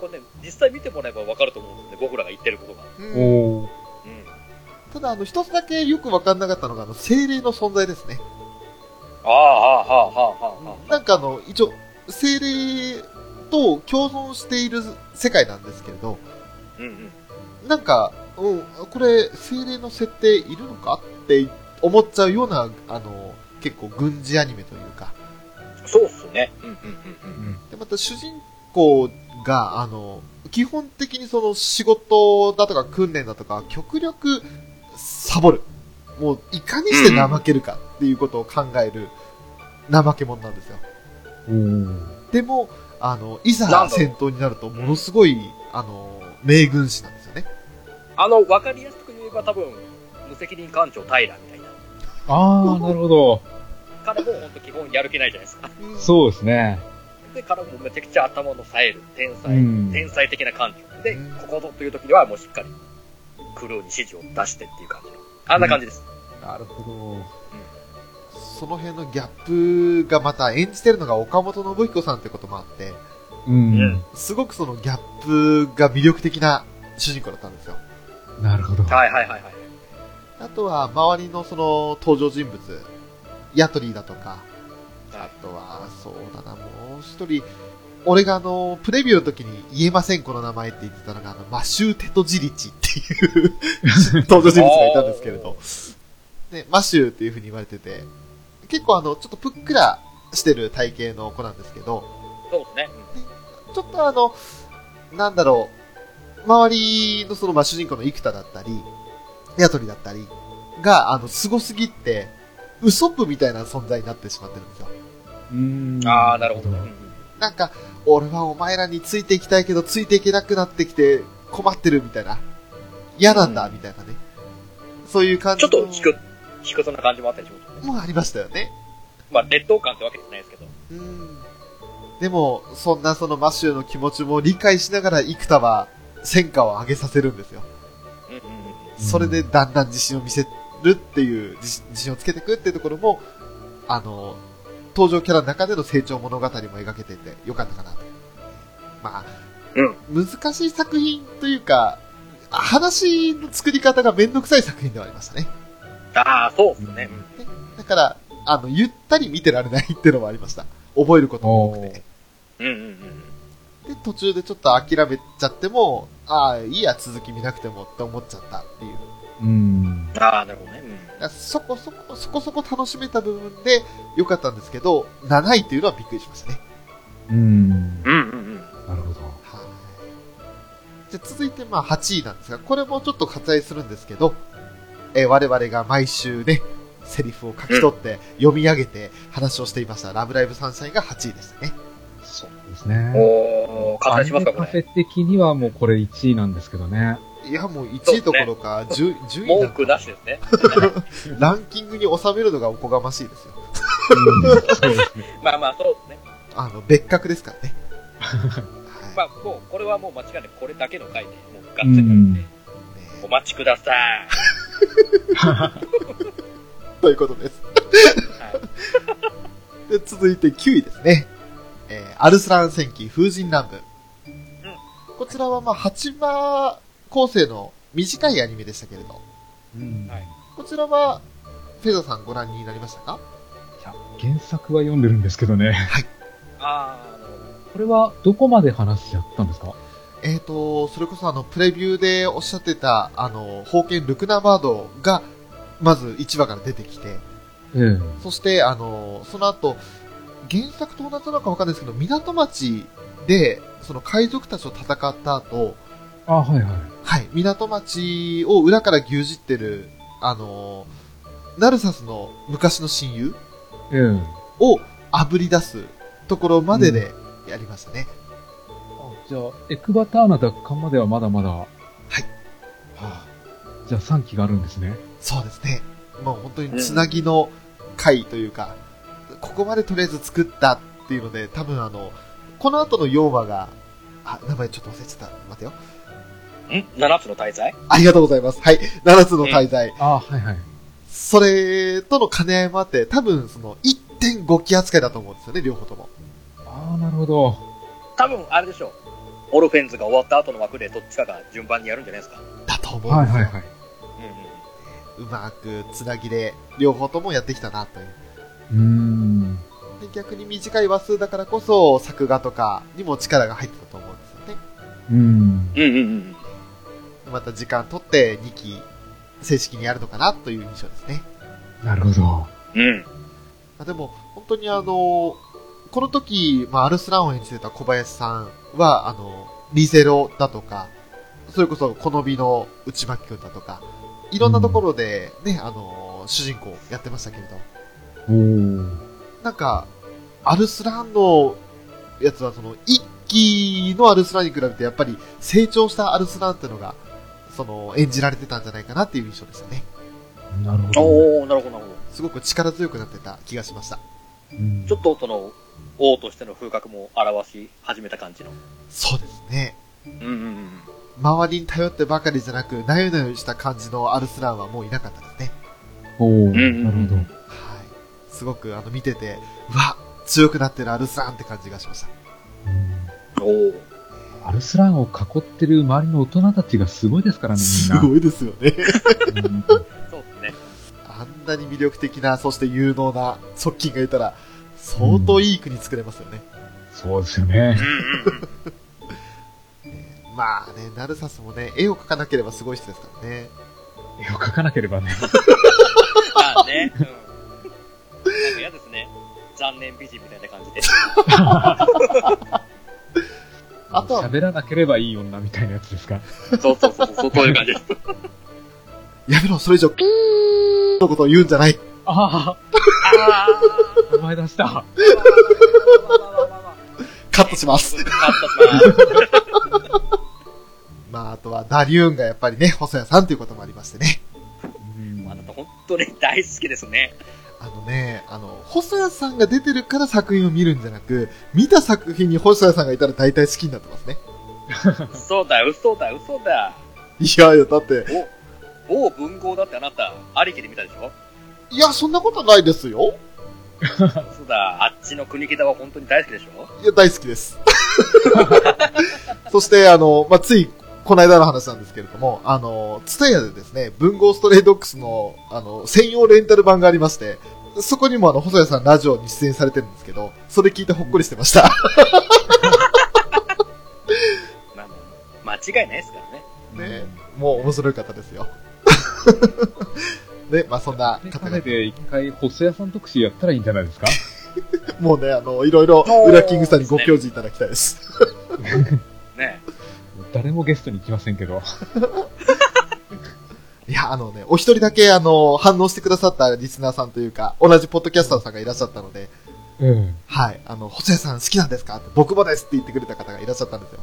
Speaker 3: これね、実際見てもらえば分かると思うんですね、僕らが言ってることが。
Speaker 2: うん
Speaker 3: う
Speaker 4: おー。
Speaker 3: ん。
Speaker 2: ただ、あの、一つだけよくわかんなかったのが、あの、精霊の存在ですね。
Speaker 3: ああ、はあ、はあ、はあ、はあ。
Speaker 2: なんかあの、一応、精霊と共存している世界なんですけれど、
Speaker 3: うんうん。
Speaker 2: なんか、うん、これ、精霊の設定いるのかって思っちゃうような、あの、結構軍事アニメというか。
Speaker 3: そうっすね。うんうんうん
Speaker 2: で、また主人公が、あの、基本的にその仕事だとか訓練だとか、極力サボる。もう、いかにして怠けるかっていうことを考える怠け者なんですよ。
Speaker 4: おー。
Speaker 2: でも、あの、い
Speaker 3: な
Speaker 2: ざ
Speaker 3: んだろう
Speaker 2: 戦闘になると、ものすごい、あの、名軍師なんですよね。
Speaker 3: あの、分かりやすく言えば多分、無責任艦長平みたいな。
Speaker 4: あー、なるほど。
Speaker 3: 彼も本当基本やる気ないじゃないですか。
Speaker 4: そうですね。
Speaker 3: で、彼もめちゃくちゃ頭の冴える、天才、
Speaker 4: うん
Speaker 3: 天才的な艦長。で
Speaker 2: うん、
Speaker 3: ここぞという時にはもうしっかり、クルーに指示を出してっていう感じの。あんな感じです。
Speaker 4: なるほど。
Speaker 2: その辺のギャップがまた演じてるのが岡本信彦さんってこともあって、
Speaker 4: うん。
Speaker 3: うん
Speaker 2: すごくそのギャップが魅力的な主人公だったんですよ。
Speaker 4: なるほど。
Speaker 3: はいはいはいはい。
Speaker 2: あとは、周りのその登場人物、ヤトリーだとか、あとは、そうだな、もう一人、俺があの、プレビューの時に言えません、この名前って言ってたのが、あの、マシュー・テトジリチっていう登場人物がいたんですけれど、ね、マシューっていう風に言われてて、結構あの、ちょっとぷっくらしてる体型の子なんですけど、
Speaker 3: そうですね。
Speaker 2: ちょっとあの、なんだろう、周りのその、まあ、主人公の生田だったり、ヤトリだったりが、あの、凄すぎって、ウソップみたいな存在になってしまってるんですよ。
Speaker 4: うん。
Speaker 3: ああ、なるほど。うんうん
Speaker 2: なんか、俺はお前らについていきたいけど、ついていけなくなってきて、困ってるみたいな。嫌なんだ、みたいなね。そういう感
Speaker 3: ち
Speaker 2: じ
Speaker 3: ょっと
Speaker 2: の
Speaker 3: 低く、低くそんな感じもあったりします。
Speaker 2: もありましたよね。
Speaker 3: まあ、劣等感ってわけじゃないですけど。
Speaker 2: うんでも、そんなそのマシューの気持ちも理解しながら、生田は戦果を上げさせるんですよ。
Speaker 3: うんうんうん。
Speaker 2: それでだんだん自信を見せるっていう、自信自信をつけていくっていうところも、あの、登場キャラの中での成長物語も描けててよかったかなと。まあ、難しい作品というか、話の作り方がめんどくさい作品ではありましたね。
Speaker 3: ああ、そうっすね。
Speaker 2: だから、あの、ゆったり見てられないっていうのもありました。覚えることも多くて。
Speaker 3: うんうんうん。
Speaker 2: で、途中でちょっと諦めちゃっても、ああ、いいや、続き見なくてもって思っちゃったっていう。
Speaker 4: うん。
Speaker 3: ああ、なるほどね。うん
Speaker 2: そこそこ、そこそこ楽しめた部分で良かったんですけど、7位というのはびっくりしましたね。
Speaker 4: うん。
Speaker 3: うんうんうん。
Speaker 4: なるほど。
Speaker 2: はい。じゃあ続いてまあ8位なんですが、これもちょっと割愛するんですけど、えー我々が毎週ね、セリフを書き取って、読み上げて話をしていました、ラブライブサンシャインが8位でしたね。
Speaker 4: そうですね。
Speaker 3: おー、拡大しますか、こ
Speaker 4: アニメ
Speaker 3: れ。
Speaker 4: カフェ的にはもうこれ1位なんですけどね。
Speaker 2: いや、もう1位どころか、10 10位な
Speaker 3: 文
Speaker 2: ん
Speaker 3: 句
Speaker 2: か
Speaker 3: なしですね。
Speaker 2: ランキングに収めるのがおこがましいですよ。
Speaker 4: うん、そうですね。
Speaker 3: まあまあ、そうですね。
Speaker 2: あの、別格ですから ね。はい
Speaker 3: まあ、もう、これはもう間違いなくこれだけの回で、もう、がっつりなんで、お
Speaker 2: ね
Speaker 3: 待ちください。
Speaker 2: ということです。
Speaker 3: は い
Speaker 2: で続いて9位ですね。えー、アルスラン戦記風神乱舞。こちらはまあ、8話構成の短いアニメでしたけれど、
Speaker 4: うん
Speaker 3: はい
Speaker 2: こちらは、フェザーさんご覧になりましたか
Speaker 4: いや原作は読んでるんですけどね。
Speaker 3: ああ、なるほど。
Speaker 4: これはどこまで話やったんですか
Speaker 2: えーと、それこそあの、プレビューでおっしゃってた、あの、宝剣ルクナバードが、まず1話から出てきて、
Speaker 4: ええ。
Speaker 2: そして、あの、その後、原作と同じなのかわかんないですけど、港町で、その海賊たちと戦った後、
Speaker 4: あ、はいはい。
Speaker 2: はい、港町を裏から牛耳ってる、あのーナルサスの昔の親友
Speaker 4: ええ。
Speaker 2: を炙り出すところまででやりましたね。
Speaker 4: あじゃあ、エクバターナ奪還まではまだまだ。はい。はあ、じゃあ3期があるんですね。
Speaker 2: そうですね。もう本当につなぎの回というか、ここまでとりあえず作ったっていうので、多分あの、この後の4話が、あ、名前ちょっと忘れちゃった。待てよ。
Speaker 3: ん ?7 つの滞在
Speaker 2: ありがとうございます。はい。7つの滞在。
Speaker 4: ああ、はいはい。
Speaker 2: それとの兼ね合いもあって、多分その1.5期扱いだと思うんですよね、両方とも。
Speaker 4: ああ、なるほど。
Speaker 3: 多分、あれでしょう。オルフェンズが終わった後の枠でどっちかが順番にやるんじゃないですか。
Speaker 2: だと思うん
Speaker 4: はい
Speaker 2: ですよ。
Speaker 4: はいはい。
Speaker 3: うんうん。
Speaker 2: うまくつなぎで、両方ともやってきたなという。
Speaker 4: うーん。
Speaker 2: で逆に短い話数だからこそ、作画とかにも力が入ってたと思うんですよね。
Speaker 4: うん。
Speaker 3: うんうんうん。
Speaker 2: また時間取って2期、正式にやるのかなという印象ですね。
Speaker 4: なるほど。
Speaker 3: うん。
Speaker 2: まあ、でも、本当にあの、この時、まあ、アルスランを演じてた小林さんは、あの、リゼロだとか、それこそ、好みの内巻くんだとか、いろんなところでね、あの、主人公やってましたけれど、
Speaker 4: おー。
Speaker 2: なんか、アルスランのやつは、その、一期のアルスランに比べて、やっぱり成長したアルスランっていうのが、その、演じられてたんじゃないかなっていう印象でしたね。
Speaker 4: なるほど。
Speaker 3: おー、なるほど、なるほど。
Speaker 2: すごく力強くなってた気がしました。
Speaker 4: うん
Speaker 3: ちょっとその、王としての風格も表し始めた感じの。
Speaker 2: そうですね。
Speaker 3: うんうんうん。
Speaker 2: 周りに頼ってばかりじゃなく、なよなよした感じのアルスランはもういなかったですね。
Speaker 4: おお、
Speaker 3: ん
Speaker 4: なるほど。
Speaker 2: はい。すごく、あの、見てて、うわ、強くなってるアルスランって感じがしました。
Speaker 3: おー。
Speaker 4: アルスランを囲ってる周りの大人たちがすごいですからね、みん
Speaker 2: す
Speaker 4: な。
Speaker 2: ごいですよね。
Speaker 4: うん
Speaker 3: そうですね。
Speaker 2: あんなに魅力的な、そして有能な側近がいたら、相当いい国作れますよね。
Speaker 4: そうですよね。
Speaker 2: まあね、ナルサスもね、絵を描かなければすごい人ですからね。
Speaker 4: 絵を描かなければね。
Speaker 3: まあね。 うん。 なんか嫌ですね。残念美人みたいな感じで。
Speaker 2: あとは
Speaker 4: 喋らなければいい女みたいなやつですか。
Speaker 3: そうそうそう、そうこういう感じです。
Speaker 2: やめろ、それ以上、ピーのことを言うんじゃない。
Speaker 4: あ
Speaker 3: あー
Speaker 4: あ、名前出した。
Speaker 2: カットします。
Speaker 3: カットします。
Speaker 2: まあ、あとは、ダリューンがやっぱりね、細谷さんということもありましてね。
Speaker 4: うん
Speaker 3: あなた本当に大好きですね。
Speaker 2: あのね、あの、細谷さんが出てるから作品を見るんじゃなく、見た作品に細谷さんがいたら大体好きになってますね。
Speaker 3: 嘘だ、嘘だ、嘘だ。
Speaker 2: いやいや、だって、
Speaker 3: お、お文豪だってあなた、ありきで見たでしょ
Speaker 2: いや、そんなことないですよ。
Speaker 3: 嘘だ、あっちの国木田は本当に大好きでしょ
Speaker 2: いや、大好き です。そして、あの、まあ、つい、この間の話なんですけれども、あの、ツタヤでですね、文豪ストレイドックスの、あの、専用レンタル版がありまして、そこにもあの、細谷さんラジオに出演されてるんですけど、それ聞いてほっこりしてました。
Speaker 3: まあもう、間違いないですからね。
Speaker 2: ねもう面白い方です よ。ね、まあ、そんな
Speaker 4: でカ
Speaker 2: 方
Speaker 4: フ
Speaker 2: が
Speaker 4: ェ、で一回、細屋さん特集やったらいいんじゃないですか
Speaker 2: もうね、あの、いろいろ、裏キングさんにご教示いただきたいです。
Speaker 3: ね
Speaker 4: 誰もゲストに来ませんけど。
Speaker 2: いや、あのね、お一人だけ、あの、反応してくださったリスナーさんというか、同じポッドキャスターさんがいらっしゃったので、
Speaker 4: うん。
Speaker 2: はい。あの、細谷さん好きなんですかって僕もですって言ってくれた方がいらっしゃったんですよ。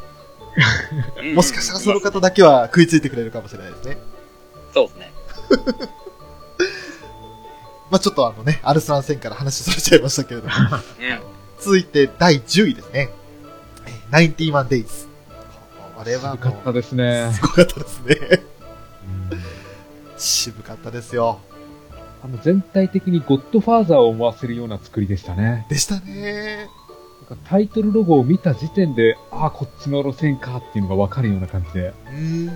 Speaker 3: え。
Speaker 2: もしかしたらその
Speaker 3: うん
Speaker 2: 方だけは食いついてくれるかもしれないですね。
Speaker 3: そうですね。
Speaker 2: まあちょっとあのね、アルスラン戦から話それちゃいましたけれ ども。
Speaker 3: うん。
Speaker 2: 続いて第10位ですね。えー 91days。これは
Speaker 4: よ
Speaker 2: も
Speaker 4: かった
Speaker 2: う、
Speaker 4: ですね。
Speaker 2: すごかったですね。
Speaker 4: うん
Speaker 2: 渋かったですよ。
Speaker 4: あの全体的にゴッドファーザーを思わせるような作りでしたね。
Speaker 2: でしたね。
Speaker 4: なんかタイトルロゴを見た時点で、ああ、こっちの路線かっていうのがわかるような感じで。
Speaker 2: うーん。で、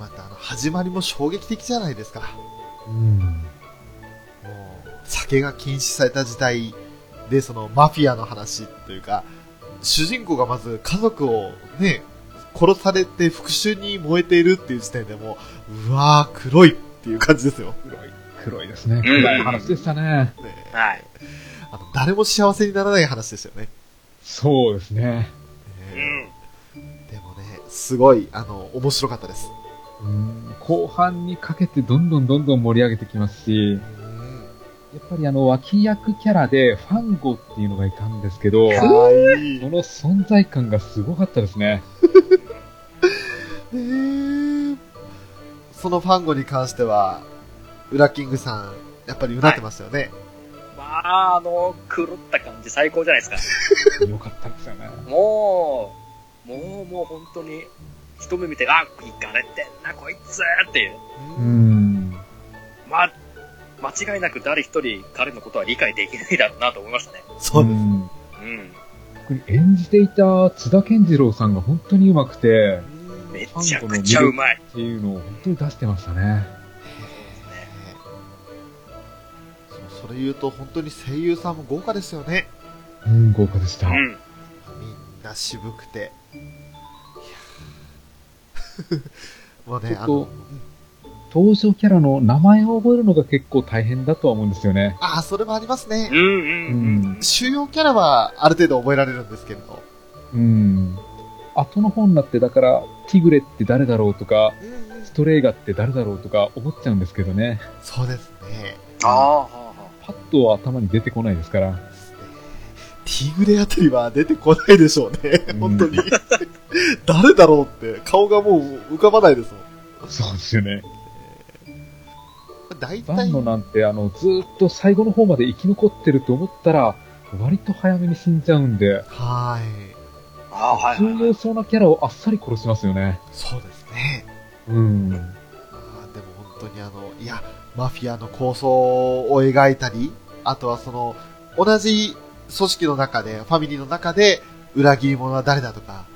Speaker 2: またあの、始まりも衝撃的じゃないですか。
Speaker 4: うん。
Speaker 2: もう、酒が禁止された時代で、そのマフィアの話というか、主人公がまず家族をね、殺されて復讐に燃えているっていう時点でもう、うわー、黒いっていう感じですよ。
Speaker 4: 黒い。黒いですね。
Speaker 3: うん
Speaker 4: 黒い話でしたね。
Speaker 2: ね
Speaker 3: はい。
Speaker 2: あの誰も幸せにならない話でしたよね。
Speaker 4: そうですね。
Speaker 3: うん。
Speaker 2: でもね、すごい、あの、面白かったです。
Speaker 4: うん後半にかけてどんどんどんどん盛り上げてきますし、やっぱりあの脇役キャラでファンゴっていうのがいたんですけど、
Speaker 2: か
Speaker 4: こ
Speaker 2: わいい。ね
Speaker 4: の存在感がすごかったですね。
Speaker 2: えそのファンゴに関しては、ウラキングさん、やっぱりうなってましたよね。
Speaker 3: まあ、あの、狂った感じ最高じゃないですか。
Speaker 4: よかったですよね。
Speaker 3: もう、もうもう本当に、一目見て、あ、行かれてんな、こいつっていう。
Speaker 4: うーん。
Speaker 3: まあ、間違いなく誰一人彼のことは理解できないだろうなと思いましたね。
Speaker 2: そうです。
Speaker 4: ん
Speaker 3: うん。
Speaker 4: 特に演じていた津田健次郎さんが本当にうまくて、
Speaker 3: めちゃくちゃうまい。
Speaker 4: っていうのを本当に出してましたね。
Speaker 2: そうそれ言うと本当に声優さんも豪華ですよね。
Speaker 4: うん、豪華でした。
Speaker 3: うん。
Speaker 2: みんな渋くて。いやー もうね、あ
Speaker 4: ち
Speaker 2: の
Speaker 4: ょっと、登場キャラの名前を覚えるのが結構大変だとは思うんですよね。
Speaker 2: ああ、それもありますね
Speaker 3: う。んうんうん。
Speaker 2: 主要キャラはある程度覚えられるんですけれど。
Speaker 4: うん。後の方になって、だから、ティグレって誰だろうとか、
Speaker 2: うんうん
Speaker 4: ストレイガって誰だろうとか思っちゃうんですけどね。
Speaker 2: そうですね。
Speaker 3: ああ、はあはあ。
Speaker 4: パッとは頭に出てこないですから。
Speaker 2: ティグレあたりは出てこないでしょうね。
Speaker 4: うん
Speaker 2: 本当に。誰だろうって、顔がもう浮かばないですもん。
Speaker 4: そうですよね。
Speaker 2: 大
Speaker 4: バン
Speaker 2: 体、
Speaker 4: ノなんて、あの、ずーっと最後の方まで生き残ってると思ったら、割と早めに死んじゃうん
Speaker 2: は
Speaker 4: で、
Speaker 2: ーい。
Speaker 3: ああ、はいはい、
Speaker 4: 重
Speaker 3: はい。
Speaker 4: 要そうなキャラをあっさり殺しますよね。
Speaker 2: そうですね。
Speaker 4: うん。
Speaker 2: あーでも本当にあの、いや、マフィアの構想を描いたり、あとはその、同じ組織の中で、ファミリーの中で、裏切り者は誰だとか、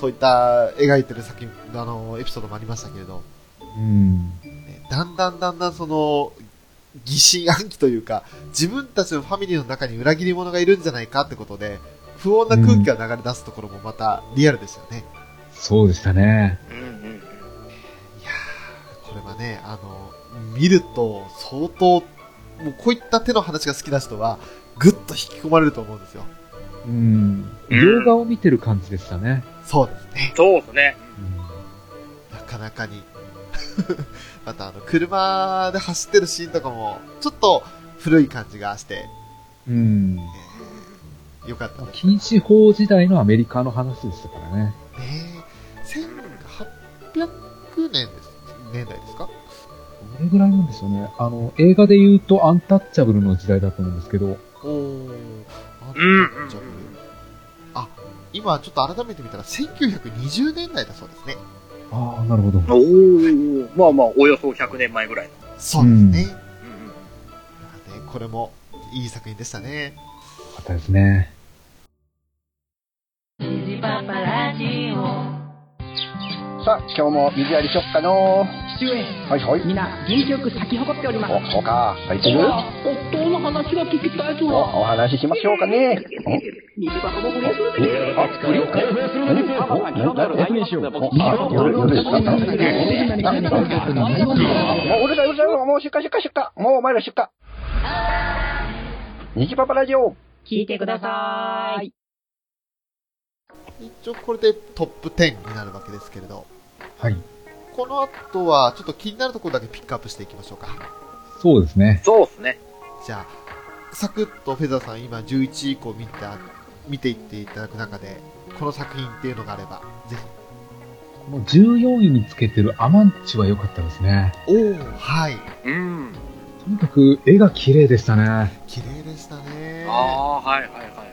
Speaker 2: そういった描いてる作品、あの、エピソードもありましたけれど、
Speaker 4: うん。
Speaker 2: ねだんだんだんだんその、疑心暗鬼というか、自分たちのファミリーの中に裏切り者がいるんじゃないかってことで、不穏な空気が流れ出すところもまたリアルですよね。
Speaker 4: そうでしたね。
Speaker 3: うんうん
Speaker 2: いやー、これはね、あの、見ると相当、もうこういった手の話が好きな人は、ぐっと引き込まれると思うんですよ。
Speaker 4: うん。洋画を見てる感じでしたね。
Speaker 2: そうですね。
Speaker 3: そうですね。
Speaker 2: なかなかに。 またあの、車で走ってるシーンとかも、ちょっと古い感じがして、
Speaker 4: うん。
Speaker 2: えーよかったです。
Speaker 4: 禁止法時代のアメリカの話でしたからね。
Speaker 2: ねえ1800年です。年代ですか
Speaker 4: どれぐらいなんでしょうね。あの、映画で言うとアンタッチャブルの時代だと思うんですけど、
Speaker 2: おー。あ
Speaker 3: うんうんうん
Speaker 2: じゃああ、今ちょっと改めて見たら1920年代だそうですね。
Speaker 4: ああ、なるほど。
Speaker 3: おお、まあまあ、およそ100年前ぐらいの。
Speaker 2: そうですね。
Speaker 3: うんうん
Speaker 2: まあねこれもいい作品でしたね。
Speaker 4: かったですね。
Speaker 9: さあ、今日も水やりしよっかの父上。はいはい。みんな、元気よく咲き誇っております。お、そうか。咲いてる
Speaker 10: 夫の話が聞きたいぞ。
Speaker 9: お、お話ししましょうかね。
Speaker 10: 水箱も不する
Speaker 9: えあ、無料か何お、何何にしよう。お、あ、夜、夜ですかもううるさいうるさい。もう出荷出荷出荷。もうお前ら出荷。虹パパラジオ。
Speaker 10: 聞いてください。
Speaker 2: 一応これでトップ10になるわけですけれど、
Speaker 4: はい。
Speaker 2: この後はちょっと気になるところだけピックアップしていきましょうか。
Speaker 4: そうですね。
Speaker 3: そうですね。
Speaker 2: じゃあ、サクッとフェザーさん今11位以降見た、見ていっていただく中で、この作品っていうのがあれば、ぜひ。
Speaker 4: この14位につけてるアマンチは良かったですね。
Speaker 2: おー、はい。
Speaker 3: うん。
Speaker 4: とにかく絵が綺麗でしたね。
Speaker 2: 綺麗でしたね。
Speaker 3: ああ、はいはいはい。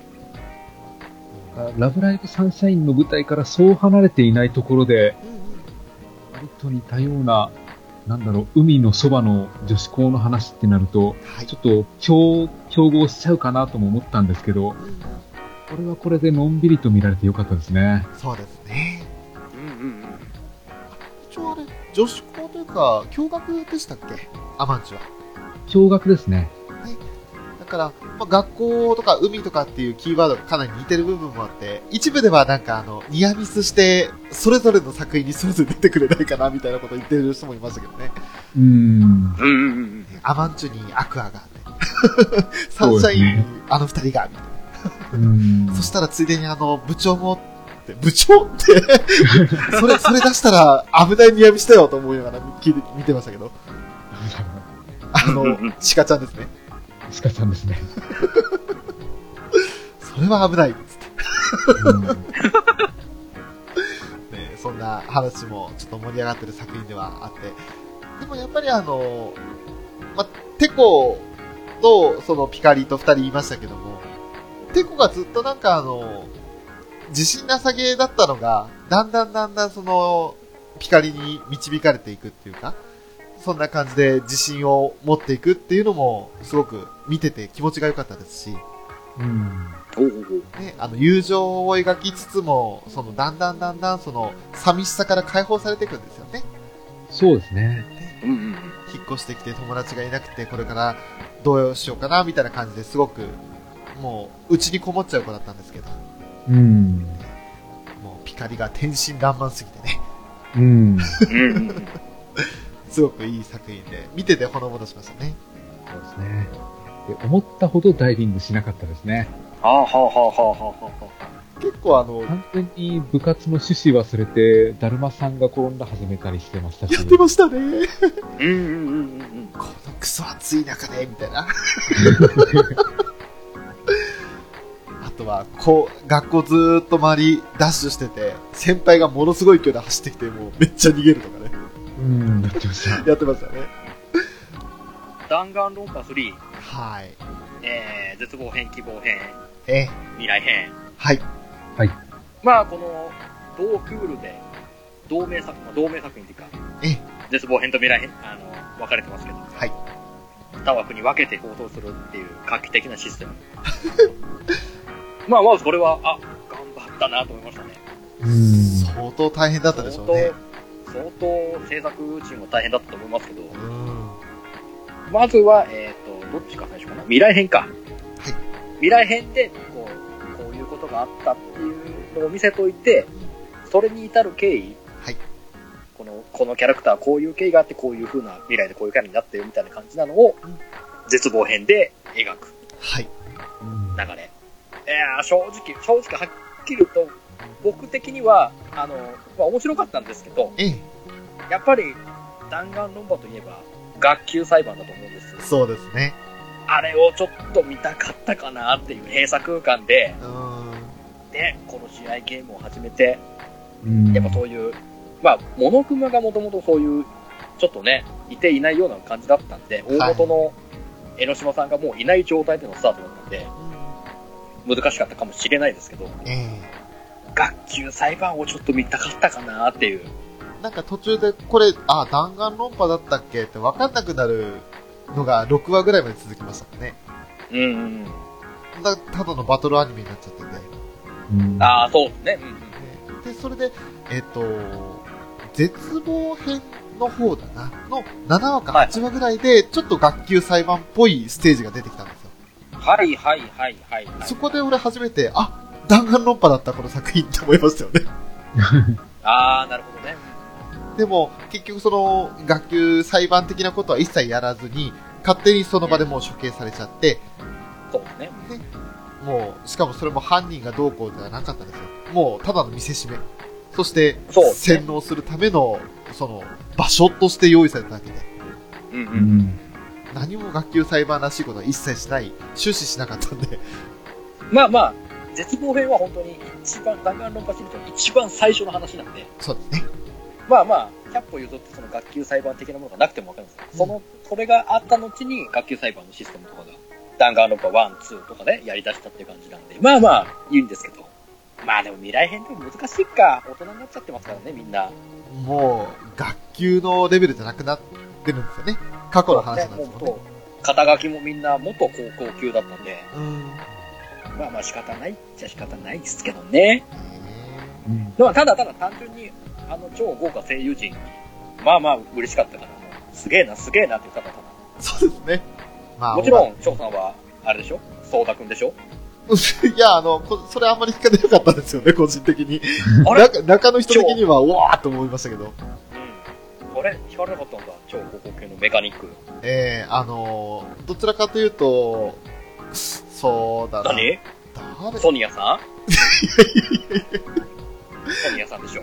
Speaker 4: ラブライブサンシャインの舞台からそう離れていないところで、
Speaker 2: うんうん
Speaker 4: 割と似たような、なんだろう、海のそばの女子校の話ってなると、
Speaker 2: はい。
Speaker 4: ちょっと競競合しちゃうかなとも思ったんですけど、
Speaker 2: うんうん
Speaker 4: これはこれでのんびりと見られてよかったですね。
Speaker 2: そうですね。
Speaker 3: うんうんうん。
Speaker 2: 一応あれ、女子校というか、共学でしたっけアマンチュは。
Speaker 4: 驚愕ですね。
Speaker 2: だから、まあ、学校とか海とかっていうキーワードがかなり似てる部分もあって、一部ではなんかあの、ニアミスして、それぞれの作品にそれぞれ出てくれないかなみたいなこと言ってる人もいましたけどね。
Speaker 4: うーん。
Speaker 3: うんうんうん
Speaker 2: アマンチュにアクアがあって、サンシャインにあの二人が、みたいな
Speaker 4: うーん。
Speaker 2: そしたらついでにあの、部長も、って部長ってそれ、それ出したら危ないニアミスだよと思いながら聞いて、見てましたけど、あの、シカちゃんですね。
Speaker 4: スカさんですね。
Speaker 2: それは危ない。
Speaker 4: うん
Speaker 2: ね、そんな話もちょっと盛り上がってる作品ではあって、でもやっぱりあの、まあ、テコとそのピカリと二人いましたけども、テコがずっとなんかあの、自信なさげだったのが、だんだんだんだんその、ピカリに導かれていくっていうか、そんな感じで自信を持っていくっていうのも、すごく見てて気持ちが良かったですし、
Speaker 4: うん。
Speaker 2: ね、あの、友情を描きつつも、その、だんだんだんだん、その、寂しさから解放されていくんですよね。
Speaker 4: そうですね。
Speaker 3: うんうんうん。
Speaker 2: 引っ越してきて友達がいなくて、これからどうしようかな、みたいな感じですごく、もう、うちにこもっちゃう子だったんですけど、
Speaker 4: うん。
Speaker 2: もう、ピカリが天真爛漫すぎてね、
Speaker 4: うん。
Speaker 3: うんうんうん。
Speaker 2: すごくいい作品で、見ててほのぼのしましたね。
Speaker 4: そうですね。で思ったほどダイビングしなかったですね。
Speaker 3: はあはあはあはあはあはあ。
Speaker 2: 結構あの、
Speaker 4: 完全に部活の趣旨忘れて、だるまさんが転んだ始めたりしてましたし。
Speaker 2: やってましたね。
Speaker 3: うんうんうんうん
Speaker 2: このクソ暑い中で、みたいな。 あとは、こう、学校ずーっと周り、ダッシュしてて、先輩がものすごい勢いで走ってきて、もうめっちゃ逃げるとかね、
Speaker 4: うん、やってました。
Speaker 2: やってましたね。
Speaker 3: 弾丸論破3、
Speaker 2: はい。
Speaker 3: えー、絶望編、希望編、
Speaker 2: え、
Speaker 3: 未来編。
Speaker 2: はい。
Speaker 3: まあ、この、同クールで、同名作、まあ同名作品っていうか、
Speaker 2: え、
Speaker 3: 絶望編と未来編、あの、分かれてますけど、
Speaker 2: はい。
Speaker 3: 2枠に分けて放送するっていう画期的なシス テム。まあ、まずこれは、あ、頑張ったなと思いましたね。
Speaker 4: うん。
Speaker 2: 相当大変だったでしょうね。
Speaker 3: 相当制作チームは大変だったと思いますけど、
Speaker 2: うん。
Speaker 3: まずは、えっ、と、どっちか最初かな。未来編か。はい。未来編で、こう、こういうことがあったっていうのを見せといて、それに至る経緯。
Speaker 2: はい。
Speaker 3: この、このキャラクターはこういう経緯があって、こういう風な未来でこういうキャラになったよみたいな感じなのを、絶望編で描く
Speaker 2: はい。
Speaker 3: 流れ。いやー正直、正直はっきり言うと、僕的には、あの、まあ面白かったんですけど、
Speaker 2: ええ、
Speaker 3: やっぱり弾丸論破といえば、学級裁判だと思うんです。
Speaker 2: そうですね。
Speaker 3: あれをちょっと見たかったかなっていう閉鎖空間で、
Speaker 2: うん。
Speaker 3: で、この試合ゲームを始めて、
Speaker 4: うん。
Speaker 3: やっぱそういう、まあ、モノクマがもともとそういう、ちょっとね、いていないような感じだったんで、
Speaker 2: い
Speaker 3: 大元の江ノ島さんがもういない状態でのスタートだったんで、難しかったかもしれないですけど、
Speaker 2: え
Speaker 3: 学級裁判をちょっと見たかったかなっていう。
Speaker 2: え。なんか途中で、これ、あ、弾丸論破だったっけって分かんなくなるのが6話ぐらいまで続きましたもんね。
Speaker 3: うんうん
Speaker 2: だただのバトルアニメになっちゃってて。
Speaker 4: うん
Speaker 3: うん。ああ、そうですね。うんうん。
Speaker 2: で、それで、えっ、と、絶望編の方だな、の7話か
Speaker 3: はい
Speaker 2: 8話ぐらいで、ちょっと学級裁判っぽいステージが出てきたんですよ。
Speaker 3: はいはいはいはい、はい。
Speaker 2: そこで俺初めて、あ、弾丸論破だったこの作品って思いましたよね。
Speaker 3: ああ、なるほどね。
Speaker 2: でも、結局その、学級裁判的なことは一切やらずに、勝手にその場でもう処刑されちゃって、
Speaker 3: そうですね。
Speaker 2: もう、しかもそれも犯人がどうこうではなかったんですよ。もう、ただの見せしめ。そして、
Speaker 3: そうですね
Speaker 2: 洗脳するための、その、場所として用意されただけで。
Speaker 3: うんう。
Speaker 4: うんん。
Speaker 2: 何も学級裁判らしいことは一切しない、終始しなかったんで、
Speaker 3: まあまあ、絶望編は本当に一番、弾丸論破シリーズの一番最初の話なんで、
Speaker 2: そうですね。
Speaker 3: まあまあ、100歩譲ってその学級裁判的なものがなくてもわかるんですよ。その、それがあった後に学級裁判のシステムとかが、弾丸論破1、2とかでやり出したっていう感じなんで、まあまあ、いいんですけど。まあでも未来編でも難しいか。大人になっちゃってますからね、みんな。
Speaker 2: もう、学級のレベルじゃなくなってるんですよね。過去の話なんですもんね。
Speaker 3: もう肩書きもみんな元高校級だったんで、
Speaker 2: うん。
Speaker 3: まあまあ仕方ないっちゃ仕方ないですけどね。
Speaker 2: ね
Speaker 4: うん。
Speaker 3: まあ、ただただ単純に、あの超豪華声優陣に、まあまあ嬉しかったから、もうすげえな、すげえなっていうただただ。
Speaker 2: そうですね。まあ、
Speaker 3: もちろん、翔さんは、あれでしょソーダくんでしょ
Speaker 2: ん。いや、あの、こそれあんまり引っかなかったですよね、個人的に。
Speaker 3: あれ
Speaker 2: 中中の人的には、うわーっと思いましたけど。
Speaker 3: うん。これ、引かれなかったんだ。超高校級のメカニック。
Speaker 2: ええあのーどちらかというと、そうだな。
Speaker 3: 何
Speaker 2: 誰
Speaker 3: ソニアさんソニアさんでしょ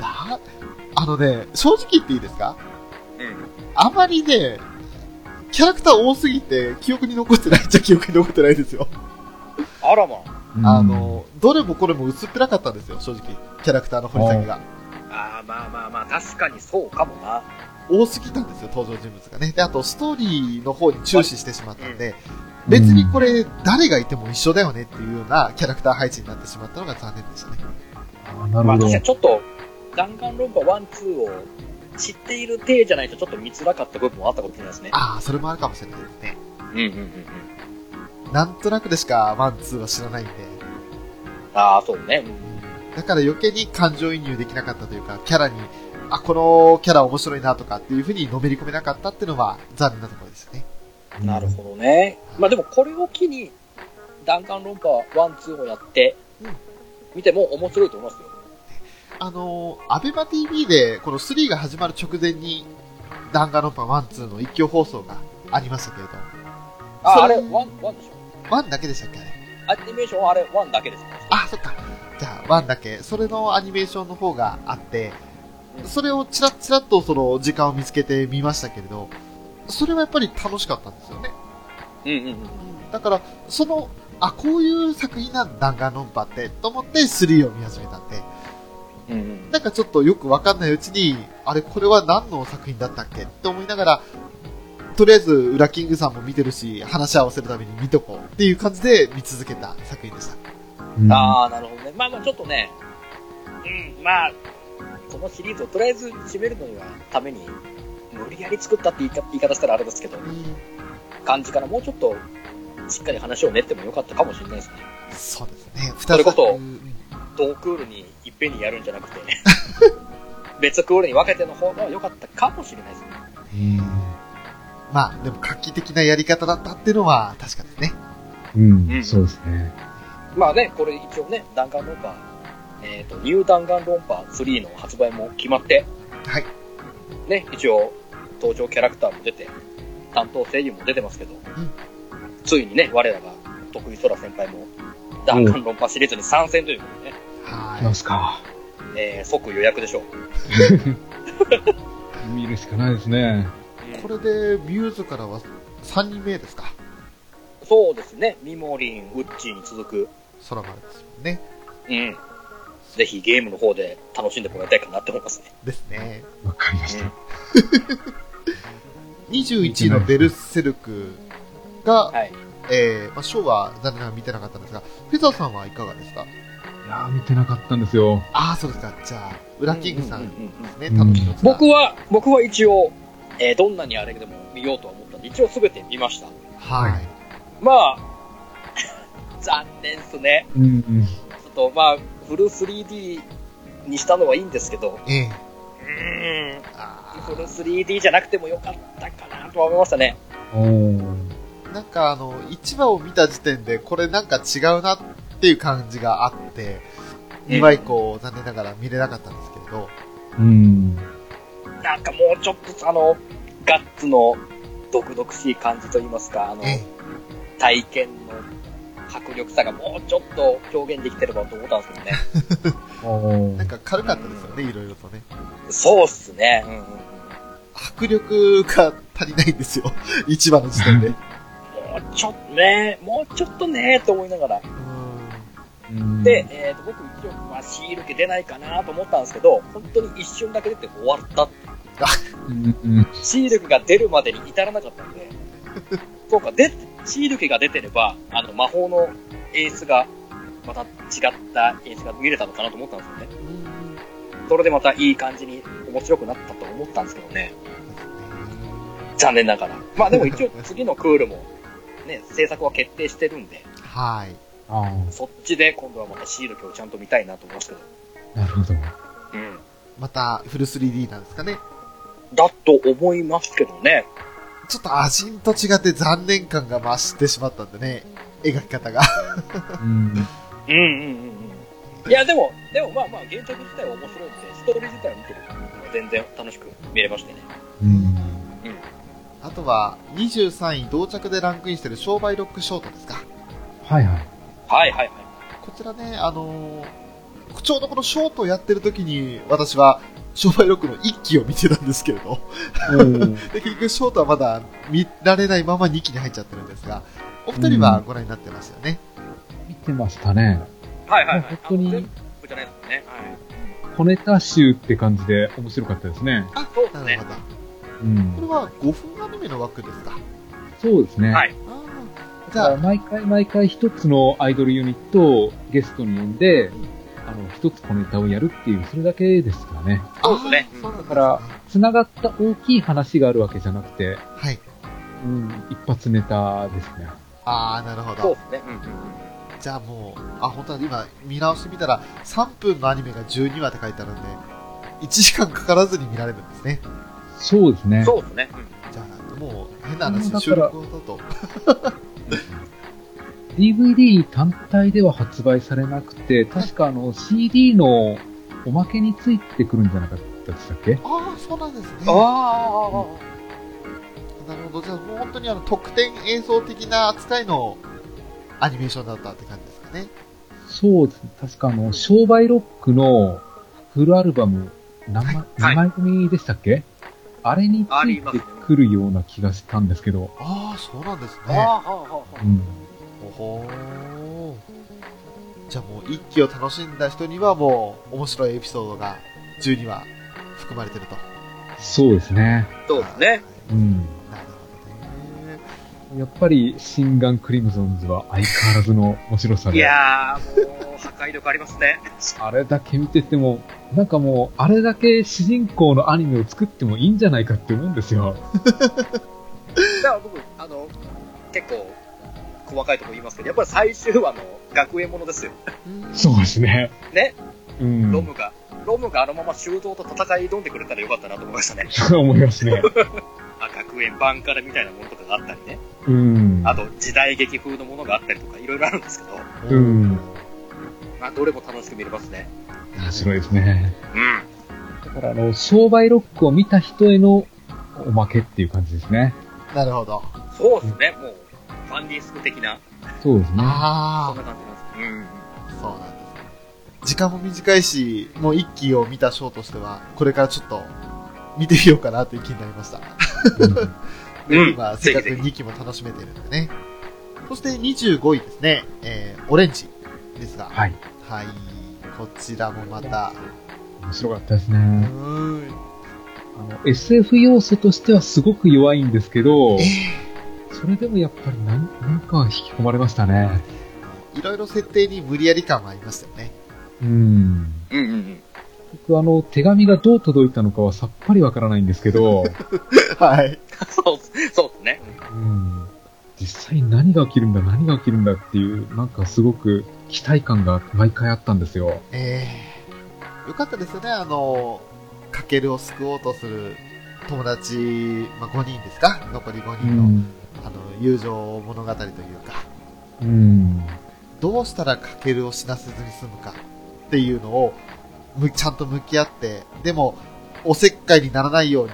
Speaker 2: だあのね、正直言っていいですか
Speaker 3: うん。
Speaker 2: あまりね、キャラクター多すぎて、記憶に残ってないっちゃ記憶に残ってないですよ。
Speaker 3: あらまあ。
Speaker 2: あの、どれもこれも薄っぺらかったんですよ、正直。キャラクターの掘り下げが。
Speaker 3: ああ、まあまあまあ、確かにそうかもな。
Speaker 2: 多すぎたんですよ、登場人物がね。で、あと、ストーリーの方に注視してしまったんで、別にこれ、誰がいても一緒だよねっていうようなキャラクター配置になってしまったのが残念でしたね。
Speaker 4: あなる
Speaker 3: まあ、
Speaker 4: ほど。
Speaker 3: 私はちょっと、弾丸論破ワン、ツーを知っている体じゃないとちょっと見づらかった部分もあったかもしれないですね。
Speaker 2: ああ、それもあるかもしれないですね。
Speaker 3: うんうんうんうん。
Speaker 2: なんとなくでしかワン、ツーは知らないんで。
Speaker 3: ああ、そうね。うん
Speaker 2: だから余計に感情移入できなかったというか、キャラに、あ、このキャラ面白いなとかっていう風にのめり込めなかったっていうのは残念なところですよね。
Speaker 3: なるほどね。まあでもこれを機に、弾丸論破ワン、ツーをやって、見ても面白いと思いますよ。
Speaker 2: あのー、アベマ TV でこの3が始まる直前に、ダンガロンパ1、2の一挙放送がありましたけれど、
Speaker 3: ああ
Speaker 2: それ
Speaker 3: れ、ワン、ワンでしょ
Speaker 2: 1だけでしたっけあれ。
Speaker 3: アニメーションはあれ、ワンだけですね。
Speaker 2: あ、そっか。じゃあ、1だけ。それのアニメーションの方があって、それをチラッチラッとその時間を見つけてみましたけれど、それはやっぱり楽しかったんですよね。
Speaker 3: うんうんうん。
Speaker 2: だから、その、あ、こういう作品なんだ、ガンロンパって、と思って3を見始めたんで、
Speaker 3: うんうん。
Speaker 2: なんかちょっとよくわかんないうちに、あれ、これは何の作品だったっけって思いながら、とりあえず、ウラキングさんも見てるし、話し合わせるために見とこうっていう感じで見続けた作品でした。
Speaker 4: うん
Speaker 3: ああ、なるほどね。まあまあ、ちょっとね、うん、まあ、このシリーズをとりあえず締めるのには、ために、無理やり作ったって言い方言い方したらあれですけど、感じからもうちょっと、しっかり話を練ってもよかったかもしれないですね。
Speaker 2: そうですね。二つ。
Speaker 3: それこそ
Speaker 2: うん
Speaker 3: 同クールにいっぺんにやるんじゃなくて、別クールに分けての方が良かったかもしれないですね。
Speaker 2: まあ、でも画期的なやり方だったっていうのは確かですね。
Speaker 4: うん、
Speaker 3: うん
Speaker 4: そうですね。
Speaker 3: まあね、これ一応ね、弾丸論破、えっ、と、ニュー弾丸論破3の発売も決まって、
Speaker 2: はい。
Speaker 3: ね、一応、登場キャラクターも出て、担当声優も出てますけど、
Speaker 2: ん
Speaker 3: ついにね、我らが、徳井空先輩も、弾丸論破シリーズに参戦ということでね、
Speaker 2: は
Speaker 4: 来ますか。
Speaker 3: えー即予約でしょう。
Speaker 4: 見るしかないですね。
Speaker 2: い。これで、ミューズからは3人目ですか。
Speaker 3: そうですね、ミモリン、ウッチーに続く、
Speaker 2: 空丸ですもんね。
Speaker 3: うん。ぜひゲームの方で楽しんでもらいたいかなって思いますね。
Speaker 2: ですね。
Speaker 4: わかりました。
Speaker 2: 21位のベルセルクが、
Speaker 3: はい。
Speaker 2: えー、まあ、ショーは残念ながら見てなかったんですが、フェザーさんはいかがですか
Speaker 4: いやー、見てなかったんですよ。
Speaker 2: ああ、そうですか。じゃあ、ウラキングさん
Speaker 3: う
Speaker 2: で
Speaker 3: ううんうん
Speaker 2: すね、
Speaker 4: うん
Speaker 2: 楽しみですが
Speaker 3: 僕は、僕は一応、えーどんなにあれでも見ようとは思ったんで、一応すべて見ました。
Speaker 2: はい。
Speaker 3: まあ、 残念っすね。
Speaker 4: うん、うん。
Speaker 3: ちょっとまあ、フル 3D にしたのはいいんですけど、
Speaker 2: ええ
Speaker 3: うーん、
Speaker 2: あ
Speaker 3: フル 3D じゃなくてもよかったかなとは思いましたね。
Speaker 4: おー。
Speaker 2: ーなんかあの、1話を見た時点で、これなんか違うなっていう感じがあって、2話以降、残念ながら見れなかったんですけれど、
Speaker 4: うん。
Speaker 3: なんかもうちょっと、あの、ガッツの毒々しい感じといいますか、あの、
Speaker 2: ええ
Speaker 3: 体験の迫力さがもうちょっと表現できてればと思ったんですけ どね。
Speaker 4: お
Speaker 2: なんか軽かったですよね、いろいろとね。
Speaker 3: そうっすね。うんうんうん
Speaker 2: 迫力が足りないんですよ、1話の 時点で。う
Speaker 3: もうちょっとね、もうちょっとね、と思いながら。
Speaker 2: ーん
Speaker 4: ー
Speaker 3: で、、えーと、僕一応、まあ、シール系出ないかなと思ったんですけど、本当に一瞬だけ出て終わった。
Speaker 4: うん、うん。
Speaker 3: シールが出るまでに至らなかったん で、そうか、で、シール系が出てれば、あの、魔法の演出が、また違った演出が見れたのかなと思ったんですよね。それでまたいい感じに面白くなったと思ったんですけどね。残念ながら。まあでも一応次のクールも、ね、 制作は決定してるんで、
Speaker 2: はい。
Speaker 4: あ
Speaker 3: そっちで今度はまたシール系をちゃんと見たいなと思いますけど。
Speaker 4: あ、なるほど。
Speaker 3: うん。
Speaker 2: また、フル 3D なんですかね。
Speaker 3: だと思いますけどね。
Speaker 2: ちょっとアジンと違って残念感が増してしまったんでね、描き方が。
Speaker 4: うん。
Speaker 3: うんうんうんうん。いや、でも、でもまあまあ、原作自体は面白いんで、ストーリー自体は見てるから、全然楽しく見れましてね。
Speaker 4: うん。
Speaker 2: あとは、23位同着でランクインしてる商売ロックショートですか。
Speaker 4: はいはい。
Speaker 3: はいはいはい。
Speaker 2: こちらね、あのーちょうどこのショートをやってる時に、私は、商売ロックの1期を見てたんですけれど。
Speaker 4: おー。
Speaker 2: で、結局ショートはまだ見られないまま2期に入っちゃってるんですが、お二人はご覧になってますよね。
Speaker 4: 見てましたね。
Speaker 3: はいはいはい。
Speaker 4: 本当に
Speaker 3: あの全部じゃないですもんね。はい。
Speaker 4: 小ネタ集って感じで面白かったですね。
Speaker 2: あ、
Speaker 3: そうです
Speaker 2: な
Speaker 3: ね
Speaker 2: るほど。
Speaker 4: う
Speaker 2: こ
Speaker 4: ん。
Speaker 2: れは5分アニメの枠ですか。
Speaker 4: そうですね。
Speaker 3: はい
Speaker 2: あーじゃあ、
Speaker 4: 毎回毎回一つのアイドルユニットをゲストに呼んで、あの、一つ小ネタをやるっていう、それだけですからね。
Speaker 3: そうですね。
Speaker 2: そうなんだ
Speaker 4: だから、繋がった大きい話があるわけじゃなくて、
Speaker 2: はい。
Speaker 4: うん、一発ネタですね。
Speaker 2: あー、なるほ
Speaker 3: そう
Speaker 2: ど
Speaker 3: で。すね。うんうんうん。
Speaker 2: じゃあもう、あ、本当は今、見直してみたら、3分のアニメが12話って書いてあるんで、1時間かからずに見られるんですね。
Speaker 4: そうですね。
Speaker 3: そうですね。うん
Speaker 2: じゃあ、もう、変な
Speaker 4: うんだか
Speaker 2: 話、
Speaker 4: ら
Speaker 2: 収録だと。
Speaker 4: DVD 単体では発売されなくて、確かあの CD のおまけについてくるんじゃなかったでしたっけ
Speaker 2: ああ、そうなんですね。
Speaker 3: あ
Speaker 2: なるほど。じゃあ、もう本当にあの、特典映像的な扱いのアニメーションだったって感じですかね。
Speaker 4: そうですね。確かあの、商売ロックのフルアルバム、何枚、
Speaker 3: はい
Speaker 4: 何枚組でしたっけあれにつ
Speaker 3: あり
Speaker 4: い
Speaker 3: ます
Speaker 4: て
Speaker 3: ね
Speaker 4: くるような気がしたんですけど。
Speaker 2: ああ、そうなんです
Speaker 3: あ、
Speaker 2: ね。
Speaker 3: ああ、ああ、
Speaker 4: うん。
Speaker 2: ほほー。じゃあもう、一期を楽しんだ人にはもう、面白いエピソードが12話含まれてると。
Speaker 4: そうですね。
Speaker 3: そうですね。
Speaker 4: うん。
Speaker 2: なるほどね。
Speaker 4: やっぱり、シンガンクリムゾンズは相変わらずの面白さ
Speaker 3: い
Speaker 4: で。
Speaker 3: やー、もう、破壊力ありますね。
Speaker 4: あれだけ見てても、なんかもう、あれだけ主人公のアニメを作ってもいいんじゃないかって思うんですよ。
Speaker 3: だから僕、あの、結構、細かいところ言いますけど、やっぱり最終話の学園ものですよ。
Speaker 4: そうですね。
Speaker 3: ね、
Speaker 4: うん。
Speaker 3: ロムが。ロムがあのまま修道と戦い挑んでくれたらよかったなと思いましたね。
Speaker 4: そう思いますね。
Speaker 3: あ学園版からみたいなものとかがあったりね。
Speaker 4: うん。
Speaker 3: あと、時代劇風のものがあったりとか、いろいろあるんですけど、
Speaker 4: うん。
Speaker 3: まあ、どれも楽しく見れますね。
Speaker 4: 面白いですね。
Speaker 3: うん。
Speaker 4: だから、あの、商売ロックを見た人へのおまけっていう感じですね。
Speaker 2: なるほど。
Speaker 3: そうですね、もう、ファンディスク的な、
Speaker 4: そうですね。
Speaker 3: そ
Speaker 2: あ
Speaker 3: んな感じなんです。うん。
Speaker 2: あ、そうなんですね。時間も短いし、もう一期を見た章としては、これからちょっと、見てみようかなという気になりました。で、
Speaker 3: うん
Speaker 2: 今、せっかく
Speaker 3: ぜひぜ
Speaker 2: 2期も楽しめてるんでね。そして25位ですね、えー、オレンジですが、
Speaker 4: はい。
Speaker 2: はい、こちらもまた、
Speaker 4: 面白かったですね。
Speaker 2: うーん、
Speaker 4: あの、SF 要素としてはすごく弱いんですけど、それでもやっぱりなん、なんか引き込まれましたね。
Speaker 2: いろいろ設定に無理やり感はありましたよね。
Speaker 4: うん。
Speaker 3: うんうんうん。
Speaker 4: 僕あの、手紙がどう届いたのかはさっぱりわからないんですけど、
Speaker 2: はい。
Speaker 3: そう、そうですね。
Speaker 4: うん。実際何が起きるんだ、何が起きるんだっていう、なんかすごく期待感が毎回あったんですよ。
Speaker 2: えー、よかったですよね、あの、かけるを救おうとする友達、まあ、5人ですか残り5人の、。あの、友情物語というか、
Speaker 4: うん。
Speaker 2: どうしたらかけるを死なせずに済むかっていうのを、むちゃんと向き合って、でも、おせっかいにならないように、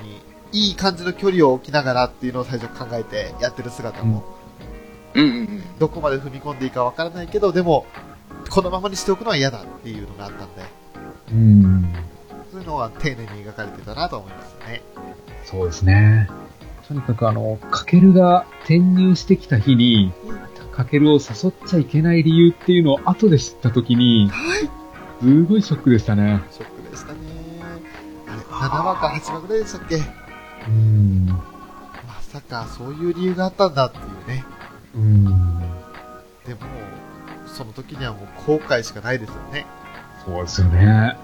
Speaker 2: いい感じの距離を置きながらっていうのを最初考えてやってる姿も、
Speaker 3: うんうんうん。
Speaker 2: どこまで踏み込んでいいかわからないけど、でも、このままにしておくのは嫌だっていうのがあったんで、
Speaker 4: うん。
Speaker 2: そういうのは丁寧に描かれてたなと思いますね。
Speaker 4: そうですね。とにかくあの、かけるが転入してきた日に、かけるを誘っちゃいけない理由っていうのを後で知った時に、
Speaker 2: はい。
Speaker 4: すごいショックでしたね。
Speaker 2: ショックでしたね。あれ、7話か8話ぐらいでしたっけ
Speaker 4: うん。
Speaker 2: まさかそういう理由があったんだっていうね。
Speaker 4: うん。
Speaker 2: でも、その時にはもう後悔しかないですよね。
Speaker 4: そうですよね。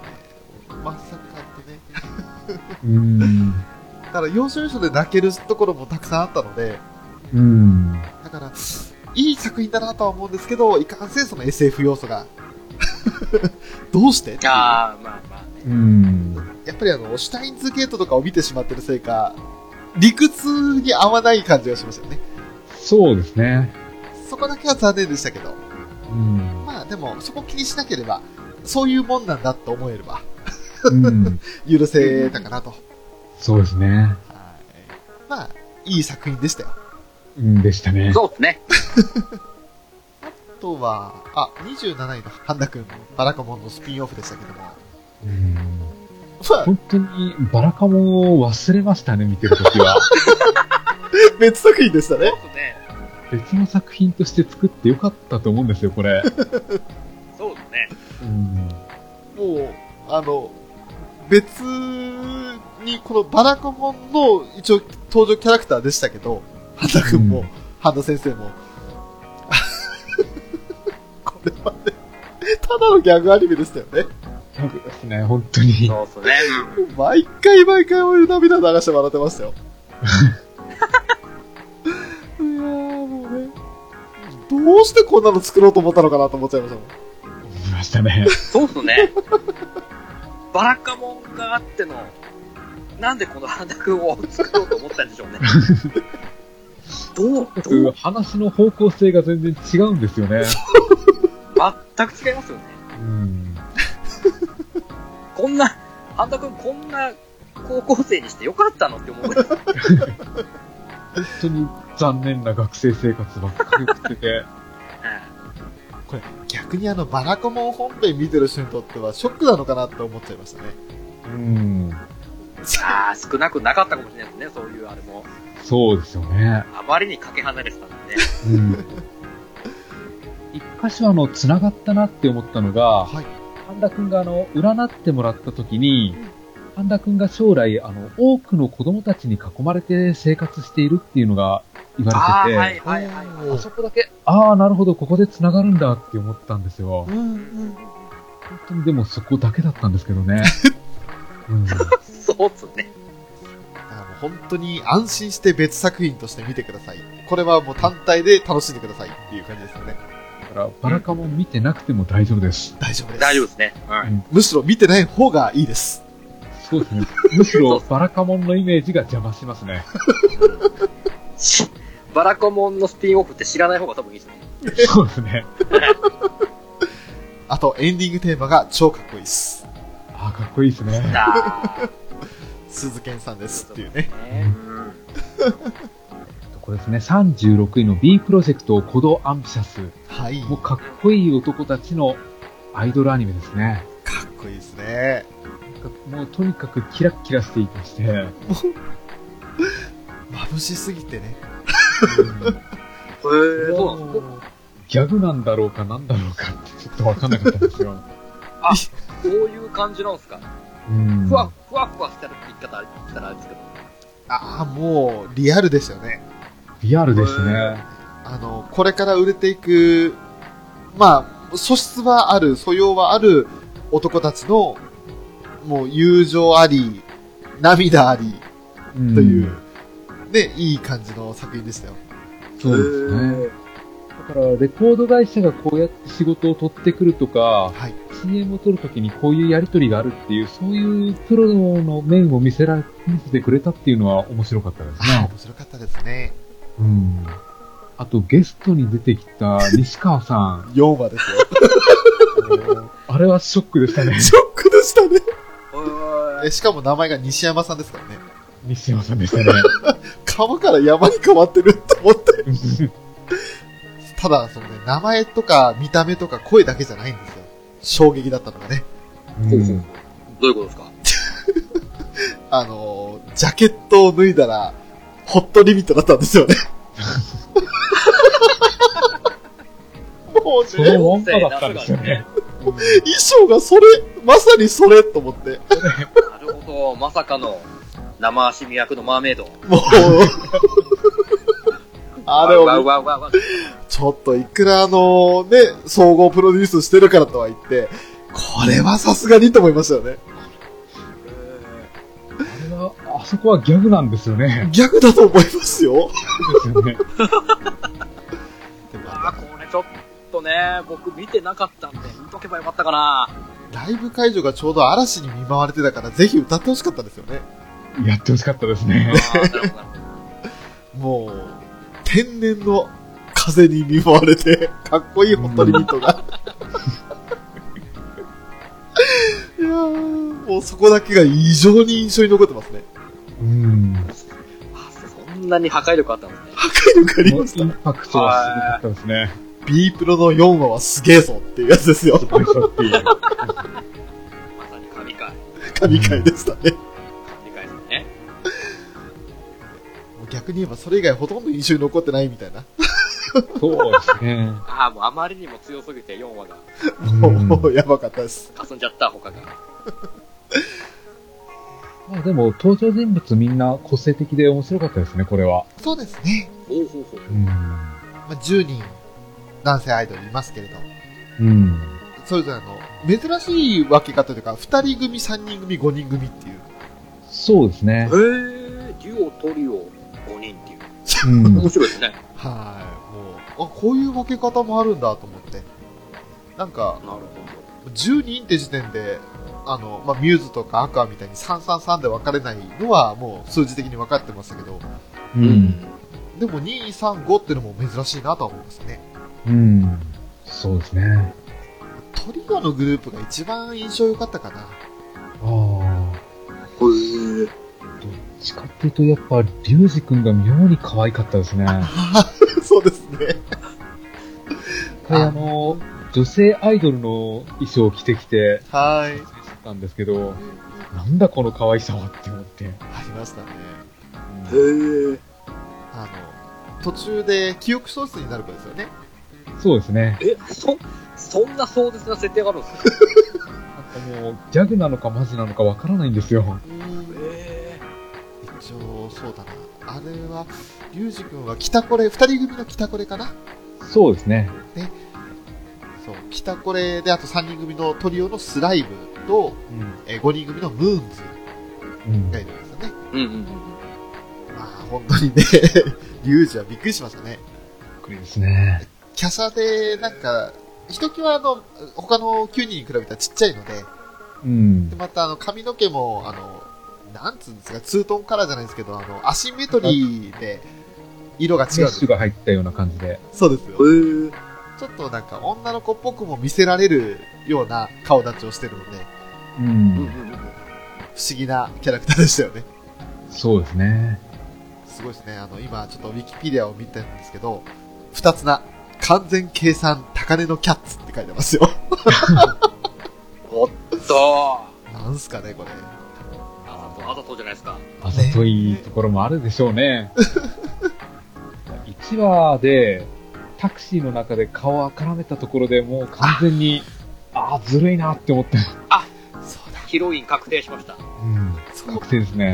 Speaker 2: まさかってね。
Speaker 4: うん。
Speaker 2: だから、要所要所で泣けるところもたくさんあったので、
Speaker 4: うん。
Speaker 2: だから、いい作品だなとは思うんですけど、いかんせんその SF 要素が。 どうしてっていうや
Speaker 3: ああ、まあまあね。
Speaker 4: うん。
Speaker 2: っぱりあの、シュタインズゲートとかを見てしまってるせいか、理屈に合わない感じがしましたよね。
Speaker 4: そうですね。
Speaker 2: そこだけは残念でしたけど。
Speaker 4: うん。
Speaker 2: まあでも、そこ気にしなければ、そういうもんなんだと思えれば、
Speaker 4: うん。
Speaker 2: 許せたかなと。
Speaker 4: そうですね。
Speaker 2: はい。まあ、いい作品でしたよ。
Speaker 4: うんでしたね。
Speaker 3: そうですね。
Speaker 2: あとは、あ、27位のハンダ君、バラコモンのスピンオフでしたけども。ま
Speaker 4: うん
Speaker 2: あ、
Speaker 4: 本当にバラカモンを忘れましたね、見てる時 は。
Speaker 2: 別作品でしたね
Speaker 3: そう。ですね。
Speaker 4: 別の作品として作ってよかったと思うんですよ、これ。
Speaker 3: そうですね。
Speaker 4: うん。
Speaker 2: もう、あの、別に、このバラコモンの一応登場キャラクターでしたけど、ハンダ君も、
Speaker 4: うん
Speaker 2: ハンダ先生も、ただのギャグアニメでしたよね。
Speaker 4: ギャグですね、本当に。
Speaker 3: そうですね。
Speaker 2: 毎回毎回俺涙流して笑ってましたよ。いやーもうね、どうしてこんなの作ろうと思ったのかなと思っちゃいましたもん。
Speaker 4: 思いましたね。
Speaker 3: そうっすね。 バラカモンがあっての、なんでこの花くんを作ろうと思ったんでしょ うね。どう、どう、
Speaker 4: 話の方向性が全然違うんですよね。
Speaker 3: 全く違いますよね。
Speaker 4: うん。
Speaker 3: こんな、半田くんこんな高校生にしてよかったのって思うぐら い。
Speaker 4: 本当に残念な学生生活ばっかり送ってて。
Speaker 2: これ、逆にあの、バラコモン本編見てる人にとってはショックなのかなって思っちゃいましたね。
Speaker 4: うん。
Speaker 3: ああ、少なくなかったかもしれないですね、そういうあれも。
Speaker 4: そうですよね。
Speaker 3: あまりにかけ離れてたんでね。
Speaker 4: うん。一箇所あの、繋がったなって思ったのが、
Speaker 2: はい。
Speaker 4: 神田くんがあの、占ってもらった時に、神田くんが将来、あの、多くの子供たちに囲まれて生活しているっていうのが言わ
Speaker 3: ああ、
Speaker 4: れてて、
Speaker 3: はいはいはい。
Speaker 2: おー
Speaker 4: あそこだけ、ああ、なるほど、ここで繋がるんだって思ったんですよ。
Speaker 2: う
Speaker 4: 本
Speaker 2: んうん。
Speaker 4: 当にでもそこだけだったんですけど ね。うん、
Speaker 3: そうっすね。
Speaker 2: だからもう本当に安心して別作品として見てください。これはもう単体で楽しんでくださいっていう感じですよね。
Speaker 4: だから、バラカモン見てなくても大丈夫です。
Speaker 2: 大丈夫です。
Speaker 3: 大丈夫ですね。はい。
Speaker 2: むしろ見てない方がいいです。
Speaker 4: そうですね。むしろ、バラカモンのイメージが邪魔しま すね。
Speaker 3: しバラコモンのスピンオフって知らない方が多分いい ですね。
Speaker 4: そうですね。
Speaker 2: あと、エンディングテーマが超かっこいいです。
Speaker 4: ああ、かっこいいですね。
Speaker 3: あ
Speaker 2: 鈴健さんですっていうね。
Speaker 3: あ。ねうん
Speaker 4: これですね、36位の B プロジェクト、鼓動アンビシャス。
Speaker 2: はい。
Speaker 4: もうかっこいい男たちのアイドルアニメですね。
Speaker 2: かっこいいですね。
Speaker 4: もうとにかくキラッキラしていまして、うん
Speaker 2: 眩しすぎてね。
Speaker 3: へえ、そうなんです
Speaker 2: もう
Speaker 4: ギャグなんだろうかなんだろうかってちょっとわかんなかったんですよ。
Speaker 3: こういう感じなんですか。
Speaker 4: うん
Speaker 3: ふわ、ふわふわした言い方あれしたらあれですけど。
Speaker 2: ああ、もう、リアルですよね。
Speaker 4: リアルですね。
Speaker 2: あの、これから売れていく、まあ、素質はある、素養はある男たちの、もう友情あり、涙あり、
Speaker 4: と
Speaker 2: という、ね、いい感じの作品でしたよ。
Speaker 4: そうですね。だから、レコード会社がこうやって仕事を取ってくるとか、
Speaker 2: はい。
Speaker 4: CM を取るときにこういうやりとりがあるっていう、そういうプロの面を見せら、見せてくれたっていうのは面白かったです
Speaker 2: ああ、
Speaker 4: ね。
Speaker 2: 面白かったですね。
Speaker 4: うん。あと、ゲストに出てきた西川さん。
Speaker 2: 4話 ですよ。
Speaker 4: あれはショックでしたね。
Speaker 2: ショックでしたね。
Speaker 3: へえ
Speaker 2: えしかも名前が西山さんですからね。
Speaker 4: 西山さんでしたね。
Speaker 2: 川から山に変わってるって思って。ただ、そのね、名前とか見た目とか声だけじゃないんですよ。衝撃だったのがね。
Speaker 4: うん
Speaker 3: どういうことですか
Speaker 2: あのー、ジャケットを脱いだら、ホットリミットだったんですよね。 もう
Speaker 4: そ
Speaker 2: ね、
Speaker 4: のまんまだったんですよね。
Speaker 2: 衣装がそれ、まさにそれと思って。
Speaker 3: なるほど、まさかの生足磨役のマーメイド。
Speaker 2: もう、あれを
Speaker 3: わうわうわうわうわ。
Speaker 2: ちょっといくらあのね、総合プロデュースしてるからとは言って、これはさすがにと思いましたよね。
Speaker 4: あれは、あそこはギャグなんですよね。
Speaker 2: 逆だと思いますよ。
Speaker 4: ですよね。
Speaker 2: でも
Speaker 3: あーこれちょっとね、僕見てなかったんで、見とけばよかったかな。
Speaker 2: ライブ会場がちょうど嵐に見舞われてたから、ぜひ歌ってほしかったですよね。
Speaker 4: やってほしかったですね
Speaker 3: あ。ーなるほどなるほど
Speaker 2: もう、天然の風に見舞われて、 かっこいいホットリミットが。 いやーもうそこだけが異常に印象に残ってますね。
Speaker 4: うん。
Speaker 3: あそんなに破壊力あったんですね。
Speaker 2: 破壊力あり
Speaker 4: この
Speaker 2: まし
Speaker 4: イ
Speaker 2: た
Speaker 4: ン。パクトはすごかったですね。
Speaker 2: B プロの4話はすげえぞっていうやつですよ。
Speaker 4: これ そうっていう。
Speaker 3: まさに神回。
Speaker 2: 神回でしたね。
Speaker 3: 神回ですね。
Speaker 2: もう逆に言えばそれ以外ほとんど印象に残ってないみたいな。
Speaker 4: そうですね。
Speaker 3: ああ、もうあまりにも強すぎて4話が
Speaker 4: うん
Speaker 2: もうやばかったです。
Speaker 3: 霞んじゃった、他が。
Speaker 4: まあでも、登場人物みんな個性的で面白かったですね、これは。
Speaker 2: そうですね。
Speaker 3: おうほうほう。
Speaker 4: うん。
Speaker 2: まあ、10人男性アイドルいますけれど、
Speaker 4: うん。
Speaker 2: それぞれあの、珍しい分け方というか、二人組、三人組、五人組っていう。
Speaker 4: そうですね。
Speaker 3: え、デュオ、トリオ、5人っていう。
Speaker 4: うん
Speaker 3: 面白いですね。
Speaker 2: はい、もう、あ、こういう分け方もあるんだと思って。なんか、
Speaker 3: なるほど。
Speaker 2: 10人って時点で、あの、まあ、ミューズとかアクアみたいに333で分かれないのはもう数字的に分かってましたけど、
Speaker 4: うん。
Speaker 2: でも235ってのも珍しいなとは思いますね。
Speaker 4: うん。そうですね。
Speaker 2: トリオのグループが一番印象良かったかな。
Speaker 4: ああ。
Speaker 3: へえ。
Speaker 4: どっちかっていうと、やっぱ、リュウジ君が妙に可愛かったですね。
Speaker 2: そうですね。
Speaker 4: これあの、女性アイドルの衣装を着てきて、
Speaker 2: はい。
Speaker 4: たんですけど、なんだこの可愛さはって思って。
Speaker 2: ありましたね。
Speaker 3: へえ。
Speaker 2: あの、途中で記憶喪失になる子ですよね。
Speaker 4: そうですね。
Speaker 3: え、そ、そんな壮絶な設定があるんですか
Speaker 4: なんかもう、ギャグなのかマジなのかわからないんですよ。
Speaker 3: え
Speaker 2: 一応、そうだな。あれは、リュウジ君は北コレ、二人組の北コレかな
Speaker 4: そうですね。
Speaker 2: そう、北コレで、あと3人組のトリオのスライムと、
Speaker 4: うん。
Speaker 2: えー5人組のムーンズ
Speaker 4: うん
Speaker 2: がいるんですよね。
Speaker 3: うんうんうん。
Speaker 2: まあ、本当にね、 リュウジはびっくりしましたね。
Speaker 4: くりですね。
Speaker 2: 華奢で、なんか、ひときわあの、他の9人に比べたらちっちゃいので、
Speaker 4: うん
Speaker 2: で。またあの髪の毛も、あの、なんつうんですか、ツートンカラーじゃないですけど、あの、アシンメトリーで、色が違うん
Speaker 4: メ
Speaker 2: で
Speaker 4: ッ
Speaker 2: す
Speaker 4: シュが入ったような感じで。
Speaker 2: そうですよ。
Speaker 3: へえ。
Speaker 2: ちょっとなんか女の子っぽくも見せられるような顔立ちをしてるので、
Speaker 4: う
Speaker 3: うんうん
Speaker 4: ん。
Speaker 3: うんうん。
Speaker 2: 不思議なキャラクターでしたよね。
Speaker 4: そうですね。
Speaker 2: すごいですね。あの、今ちょっとウィキペディアを見たんですけど、二つな、完全計算高値のキャッツって書いてますよ。
Speaker 3: おっと
Speaker 2: なんすかね、これ。
Speaker 3: あざと、あざとじゃないですか。
Speaker 4: あざといところもあるでしょう ね。1話で、タクシーの中で顔を絡めたところでもう完全に、ああー、ずるいなって思って。
Speaker 2: そうだ。
Speaker 3: ヒロイン確定しました。
Speaker 4: うん。
Speaker 2: そう
Speaker 4: 確定です ね。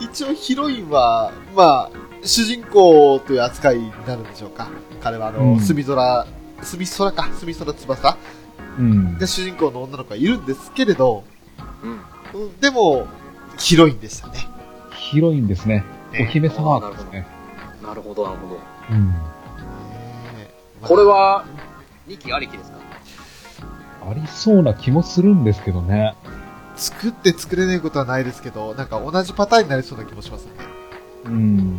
Speaker 2: 一応ヒロインは、まあ、主人公という扱いになるんでしょうか。彼はあの、
Speaker 4: うん
Speaker 2: 墨空、墨空か、墨空翼
Speaker 4: うん
Speaker 2: が。主人公の女の子がいるんですけれど、
Speaker 3: うん。
Speaker 2: うんでも、ヒロインでしたね。
Speaker 4: 広いんですね。お姫様ですね。
Speaker 3: なるほど、なるほど。
Speaker 4: うん。
Speaker 2: ねえ
Speaker 3: これ、は、2期ありきですか
Speaker 4: ありそうな気もするんですけどね。
Speaker 2: まあ作って作れないことはないですけど、なんか同じパターンになりそうな気もしますね。
Speaker 4: うん。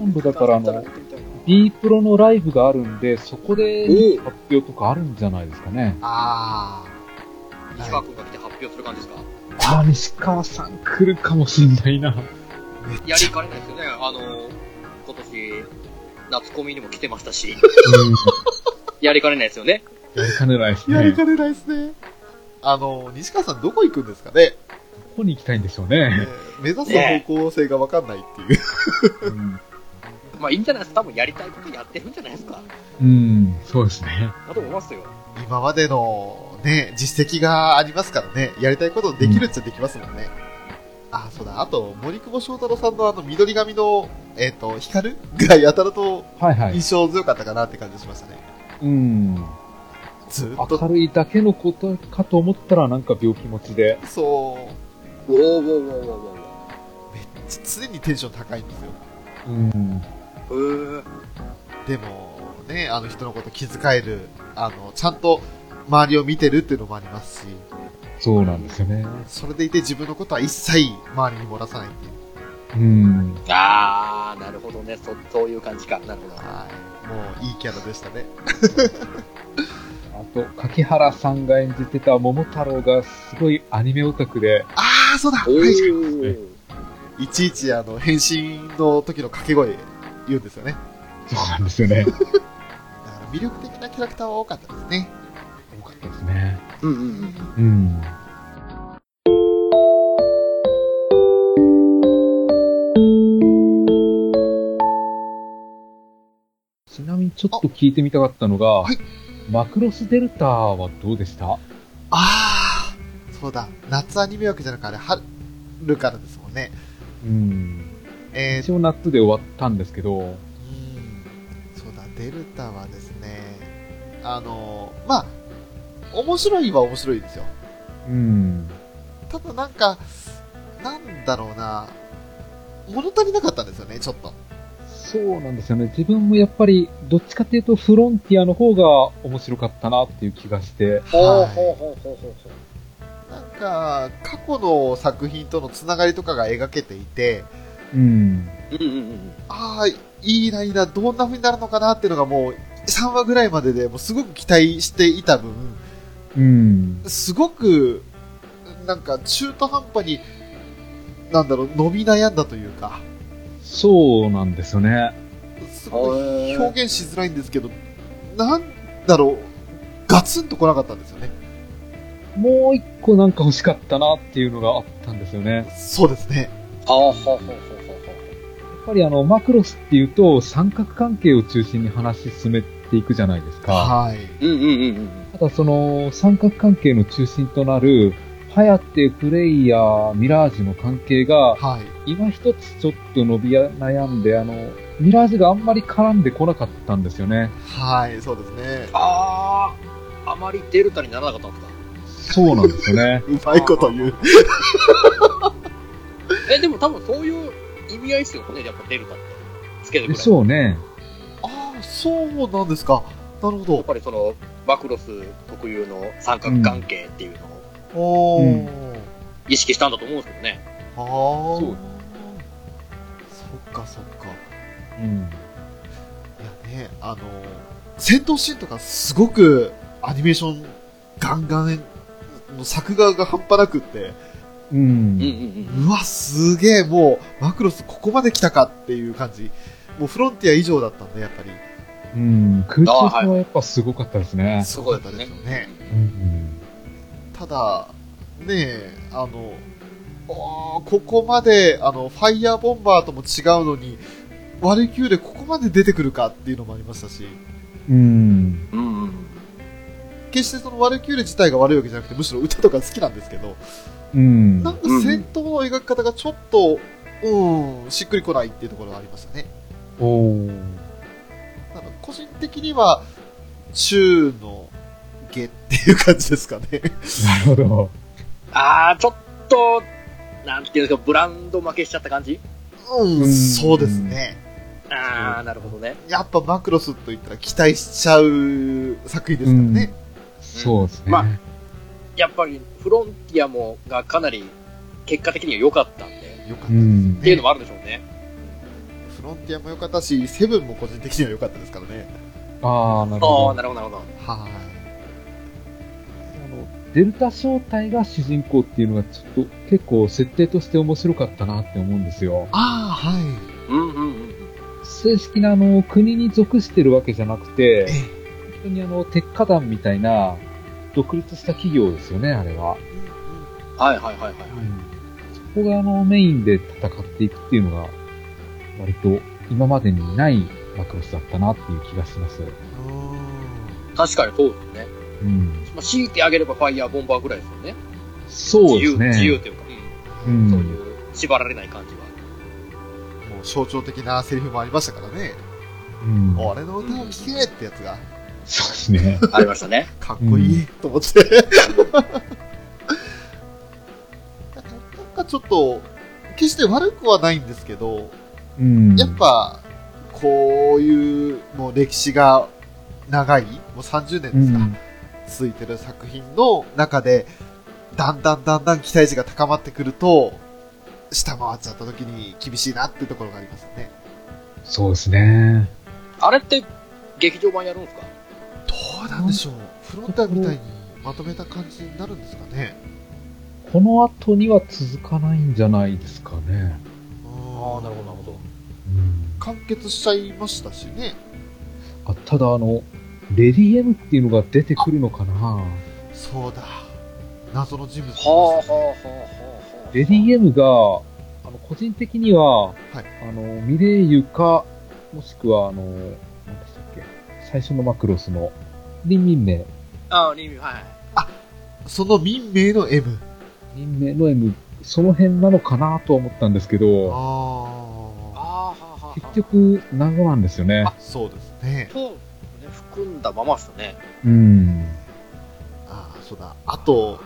Speaker 4: 今度だからあの、
Speaker 3: 見てみたいな
Speaker 4: D プロのライブがあるんで、そこで
Speaker 3: おう
Speaker 4: 発表とかあるんじゃないですかね。
Speaker 2: あ
Speaker 3: 西川君が来て発表する感じですか
Speaker 4: ああ、西川さん来るかもしんないな。
Speaker 2: ー、めっ
Speaker 3: や
Speaker 2: ち
Speaker 3: り
Speaker 2: ゃ、
Speaker 3: かねないですよね。あの、今年、夏コミにも来てました し、やりかねないですよね。
Speaker 4: やりかねないです
Speaker 2: や
Speaker 4: ね。
Speaker 2: り
Speaker 4: こ
Speaker 2: かねないですね。あの、西川さんどこ行くんですかね
Speaker 4: こに行きたいんでしょう
Speaker 2: ね
Speaker 4: ね。
Speaker 2: 目指す方向性がわかんないっていう。
Speaker 4: うん
Speaker 3: まあいいんじゃないですか。多分やりたいことやってるんじゃないですか。
Speaker 4: うん、そうですね。
Speaker 3: だと思いますよ。
Speaker 2: 今までのね、実績がありますからね、やりたいことできるっちゃできますもんね。あ、そうだ、あと、森久保祥太郎さんのあの、緑髪の、えっ、と、光るぐらいやたらと
Speaker 4: はいはい。
Speaker 2: 印象強かったかなって感じしましたね。
Speaker 4: うん。
Speaker 2: ずーっ
Speaker 4: 明
Speaker 2: と、
Speaker 4: るいだけのことかと思ったらなんか病気持ちで。
Speaker 2: そう、
Speaker 3: おーおーおーおー
Speaker 2: 常にテンション高いんですよ。
Speaker 4: うん。
Speaker 3: おーへ
Speaker 2: でも、ね、あの人のこと気遣える、あの、ちゃんと周りを見てるっていうのもありますし、
Speaker 4: そうなんですよね。
Speaker 2: それでいて自分のことは一切周りに漏らさないっていう。
Speaker 4: うん。
Speaker 3: え。あー、なるほどね。そ、そういう感じか。なるほど。
Speaker 2: はい。もういいキャラでしたね。
Speaker 4: あと、柿原さんが演じてた桃太郎がすごいアニメオタクで、
Speaker 2: あー、そうだは
Speaker 3: お
Speaker 2: い
Speaker 3: ー。
Speaker 2: いちいちあの変身の時の掛け声言うんですよね。
Speaker 4: そうなんですよね。
Speaker 2: だから魅力的なキャラクターは多かったですね。
Speaker 4: 多かったですね。
Speaker 3: うんうんうん。
Speaker 4: うん。ちなみにちょっと聞いてみたかったのが、
Speaker 2: はい
Speaker 4: マクロスデルタはどうでした
Speaker 2: あー、そうだ。夏アニメ枠じゃなくあれ、春からですもんね。
Speaker 4: うん。
Speaker 2: えー、
Speaker 4: 一応ナットで終わったんですけど、
Speaker 2: うんそうだ、デルタはですね、あのーまあ、面白いは面白いですよ。
Speaker 4: うん。
Speaker 2: ただなんか、なんだろうな、物足りなかったんですよね、ちょっと。
Speaker 4: そうなんですよね。自分もやっぱり、どっちかっていうと、フロンティアの方が面白かったなっていう気がして。
Speaker 3: ほう
Speaker 2: はい
Speaker 3: ほうほうほうほうほう。
Speaker 2: なんか、過去の作品とのつながりとかが描けていて、
Speaker 4: う
Speaker 3: う
Speaker 4: ん。
Speaker 3: んうんうんうん。
Speaker 2: ああ、いいな、いいな、どんな風になるのかなっていうのがもう、3話ぐらいまででもうすごく期待していた分、
Speaker 4: うん。
Speaker 2: すごく、なんか中途半端に、なんだろう、伸び悩んだというか、
Speaker 4: そうなんですよね。
Speaker 2: すごい表現しづらいんですけど、なんだろう、ガツンと来なかったんですよね。
Speaker 4: もう一個なんか欲しかったなっていうのがあったんですよね。
Speaker 2: そうですね。
Speaker 3: ああ、ほうほうほうほうほうほ。
Speaker 4: やっぱりあの、マクロスっていうと、三角関係を中心に話し進めていくじゃないですか。
Speaker 2: はいう
Speaker 3: うんうんうんうん。
Speaker 4: ただその、三角関係の中心となる、ハヤテ、プレイヤー、ミラージュの関係が、
Speaker 2: はい。
Speaker 4: 今一つちょっと伸びや悩んで、あの、ミラージュがあんまり絡んでこなかったんですよね。
Speaker 2: はい、そうですね。。
Speaker 3: ああ、あまりデルタにならなかったんですか
Speaker 4: そうなんですよね
Speaker 2: うまいこと言う。
Speaker 3: え、でも多分そういう意味合いですよね、やっぱデルタって。つけてく
Speaker 4: で
Speaker 3: れ。
Speaker 4: しょうね。
Speaker 2: ああ、そうなんですか。なるほ
Speaker 3: やっ
Speaker 2: ど。
Speaker 3: ぱりその、マクロス特有の三角関係っていうのを
Speaker 2: おー。
Speaker 3: 意識したんだと思うんですけどね。
Speaker 2: ああ。
Speaker 4: そう
Speaker 2: そっかそっか。
Speaker 4: うん。
Speaker 2: いやね、あの、戦闘シーンとかすごくアニメーションガンガン、の作画が半端なくって、
Speaker 3: う
Speaker 4: う
Speaker 3: ん
Speaker 4: ん。
Speaker 3: うん
Speaker 2: うわ、すげえ、もう、マクロスここまで来たかっていう感じ。もうフロンティア以上だったんで、やっぱり。
Speaker 4: うん。空
Speaker 3: あ
Speaker 4: 中
Speaker 3: はい
Speaker 4: 戦はやっぱすごかったですね。
Speaker 2: すごかったですよね。
Speaker 4: うん。
Speaker 2: ただ、ねえ、あの、あーここまで、あの、ファイヤーボンバーとも違うのに、割り切でここまで出てくるかっていうのもありましたし、
Speaker 4: うん。
Speaker 3: うんうんうん。
Speaker 2: 決してそのワルキューレ自体が悪いわけじゃなくて、むしろ歌とか好きなんですけど、
Speaker 4: うん
Speaker 2: なん。か戦闘の描き方がちょっと、うん、しっくりこないっていうところがありましたね。
Speaker 4: おー
Speaker 2: なので個人的には、中の下っていう感じですかね。
Speaker 4: なるほど。
Speaker 3: ああ、ちょっと、なんていうんですか、ブランド負けしちゃった感じ
Speaker 2: う、
Speaker 4: うんん
Speaker 2: そうですね。
Speaker 3: ああ、なるほどね。
Speaker 2: やっぱマクロスといったら期待しちゃう作品ですからね。
Speaker 4: そうですね。
Speaker 3: まあやっぱり、フロンティアも、がかなり、結果的には良かったんで、
Speaker 2: 良かった
Speaker 4: う
Speaker 2: です
Speaker 4: ん
Speaker 3: っ。ていうのもあるんでしょうね。
Speaker 2: フロンティアも良かったし、セブンも個人的には良かったですからね。
Speaker 4: ああ、なる
Speaker 3: ああ、
Speaker 4: ほど。
Speaker 3: なるほど、なるほど。
Speaker 2: は
Speaker 4: あのデルタ正体が主人公っていうのがちょっと結構設定として面白かったなって思うんですよ
Speaker 2: い。。ああ、はい。
Speaker 3: うんうんうん。
Speaker 4: 正式なあの国に属してるわけじゃなくて
Speaker 2: え、
Speaker 4: 本当にあの鉄火団みたいな独立した企業ですよね、あれは。
Speaker 3: はいはいはいはい。
Speaker 4: そこがあのメインで戦っていくっていうのが割と今までにないマクロスだったなっていう気がします。
Speaker 3: 確かにそうですね。
Speaker 4: うん。
Speaker 3: まあ、強いてあげればファイヤーボンバーぐらいですよね。
Speaker 4: そうですね。
Speaker 3: 自由、自由というか、
Speaker 4: う
Speaker 3: うん
Speaker 4: ん。
Speaker 3: そういう縛られない感じは。
Speaker 2: もう象徴的なセリフもありましたからね。
Speaker 4: うん
Speaker 2: 俺の歌を聴けってやつが、
Speaker 4: そうですね。
Speaker 3: ありましたね。
Speaker 2: かっこいいと思って。なんかなんかちょっと、決して悪くはないんですけど、
Speaker 4: うん。
Speaker 2: やっぱ、こういう、もう歴史が長い、もう30年
Speaker 4: う
Speaker 2: ですか。
Speaker 4: ん、
Speaker 2: 続いてる作品の中で、だんだんだんだん期待値が高まってくると、下回っちゃった時に厳しいなっていうところがありますよね。
Speaker 4: そうですね。
Speaker 3: あれって、劇場版やるんですか
Speaker 2: どうなんでしょう。フロンターみたいにまとめた感じになるんですかね。
Speaker 4: この後には続かないんじゃないですかね。
Speaker 2: あ
Speaker 3: あーなるほどなるほど。
Speaker 4: うん
Speaker 2: 完結しちゃいましたしね。
Speaker 4: あただあの、レディエムっていうのが出てくるのかな
Speaker 2: そうだ。謎の人物ですね
Speaker 3: はあはあはあはあ。
Speaker 4: レディエムが、あの、個人的には、
Speaker 2: い
Speaker 4: あの、ミレイユか、もしくはあの、何でしたっけ、最初のマクロスの、リンミンメ
Speaker 3: ああ、リミュー、はい。
Speaker 2: その民名の M。
Speaker 4: イ、リンメイの M、その辺なのかなとは思ったんですけど、
Speaker 2: あ
Speaker 3: ああ、はあはあはあ
Speaker 4: 結局、謎なんですよね。
Speaker 2: あ。そうですね。
Speaker 3: そうね、含んだままですよね。
Speaker 4: うん。
Speaker 2: ああ、そうだ。あと、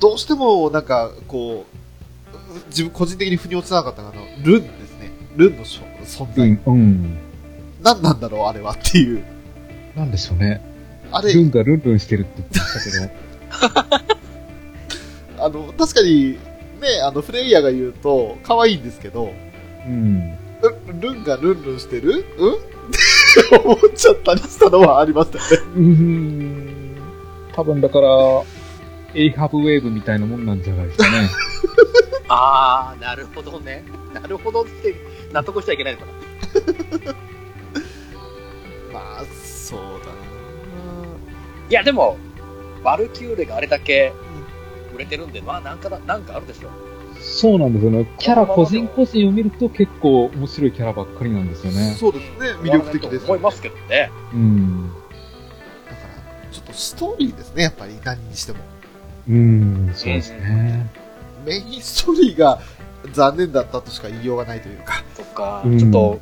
Speaker 2: どうしても、なんか、こう、自分個人的に腑に落ちなかったのが、あのルンですね。ルンのしょ存
Speaker 4: う
Speaker 2: 在。
Speaker 4: ん、うん。
Speaker 2: 何なんだろう、あれはっていう。
Speaker 4: なんでしょうね。
Speaker 2: あれ
Speaker 4: ル、ンがルンルンしてるって言ってましたけど。
Speaker 2: あの、確かに、ね、あの、フレイヤーが言うと、可愛いんですけど、
Speaker 4: うん。
Speaker 2: ルルンがルンルンしてるうんって思っちゃったりしたのはありましたね。
Speaker 4: うん。多分だから、エイハブウェーブみたいなもんなんじゃないですかね。
Speaker 3: あー、なるほどね。なるほどって、納得しちゃいけないのかな。
Speaker 2: まあ、そうだ
Speaker 3: いや、でも、バルキューレがあれだけ売れてるんで、まあ、なんかだ、なんかあるでしょう。
Speaker 4: そうなんですよね。キャラ個人個人を見ると結構面白いキャラばっかりなんですよ
Speaker 2: な、
Speaker 4: ね。
Speaker 2: そうですね。魅力的です。
Speaker 3: と思いますけどね。
Speaker 4: うん。
Speaker 2: だから、ちょっとストーリーですね、やっぱり、何にしても。
Speaker 4: うん、そうですね。
Speaker 2: メインストーリーが残念だったとしか言いようがないというか、
Speaker 3: とか、
Speaker 4: うん
Speaker 3: ちょっと、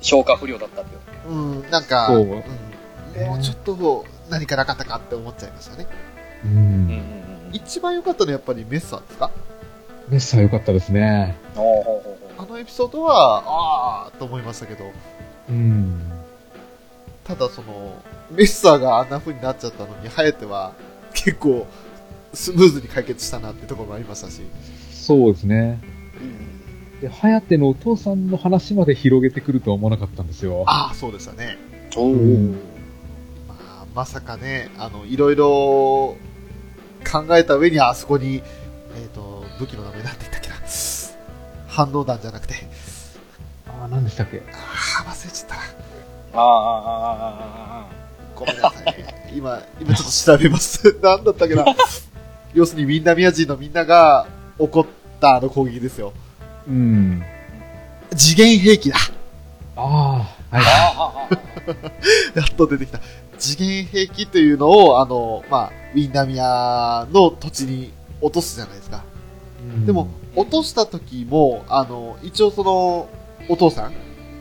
Speaker 3: 消化不良だったんで、
Speaker 2: うん、なんか、
Speaker 4: そうん
Speaker 2: もうちょっと何かなかったかって思っちゃいましたね。
Speaker 4: うん。
Speaker 2: 一番良かったのはやっぱりメッサーですか
Speaker 4: メッサー良かったですね。
Speaker 3: ほうほうほうほう
Speaker 2: あのエピソードは、あーと思いましたけど、
Speaker 4: うん。
Speaker 2: ただその、メッサーがあんな風になっちゃったのに、ハヤテは結構スムーズに解決したなってところもありましたし、
Speaker 4: そうですね。
Speaker 3: うん
Speaker 4: で、ハヤテのお父さんの話まで広げてくるとは思わなかったんですよ。
Speaker 2: ああ、そうでしたね。
Speaker 3: おー
Speaker 4: うん
Speaker 2: まあ、まさかね、あの、いろいろ考えた上に、あそこに、えっ、と、武器の名前なんて言ったっけな。反応弾じゃなくて、
Speaker 4: ああ、何でしたっけ
Speaker 2: ああ、忘れちゃったな。
Speaker 3: あーあーあーあーあー
Speaker 2: ごめんなさいね。今、今ちょっと調べます。 なんだったっけな。要するに、みんな宮人のみんなが怒ったあの攻撃ですよ。
Speaker 4: うん。
Speaker 2: 次元兵器だ。
Speaker 4: ああ、
Speaker 3: あー
Speaker 4: はい。
Speaker 3: あーあー
Speaker 2: やっと出てきた。次元兵器というのを、あの、まあ、ウィンダミアの土地に落とすじゃないですか。でも、落とした時も、あの、一応その、お父さん、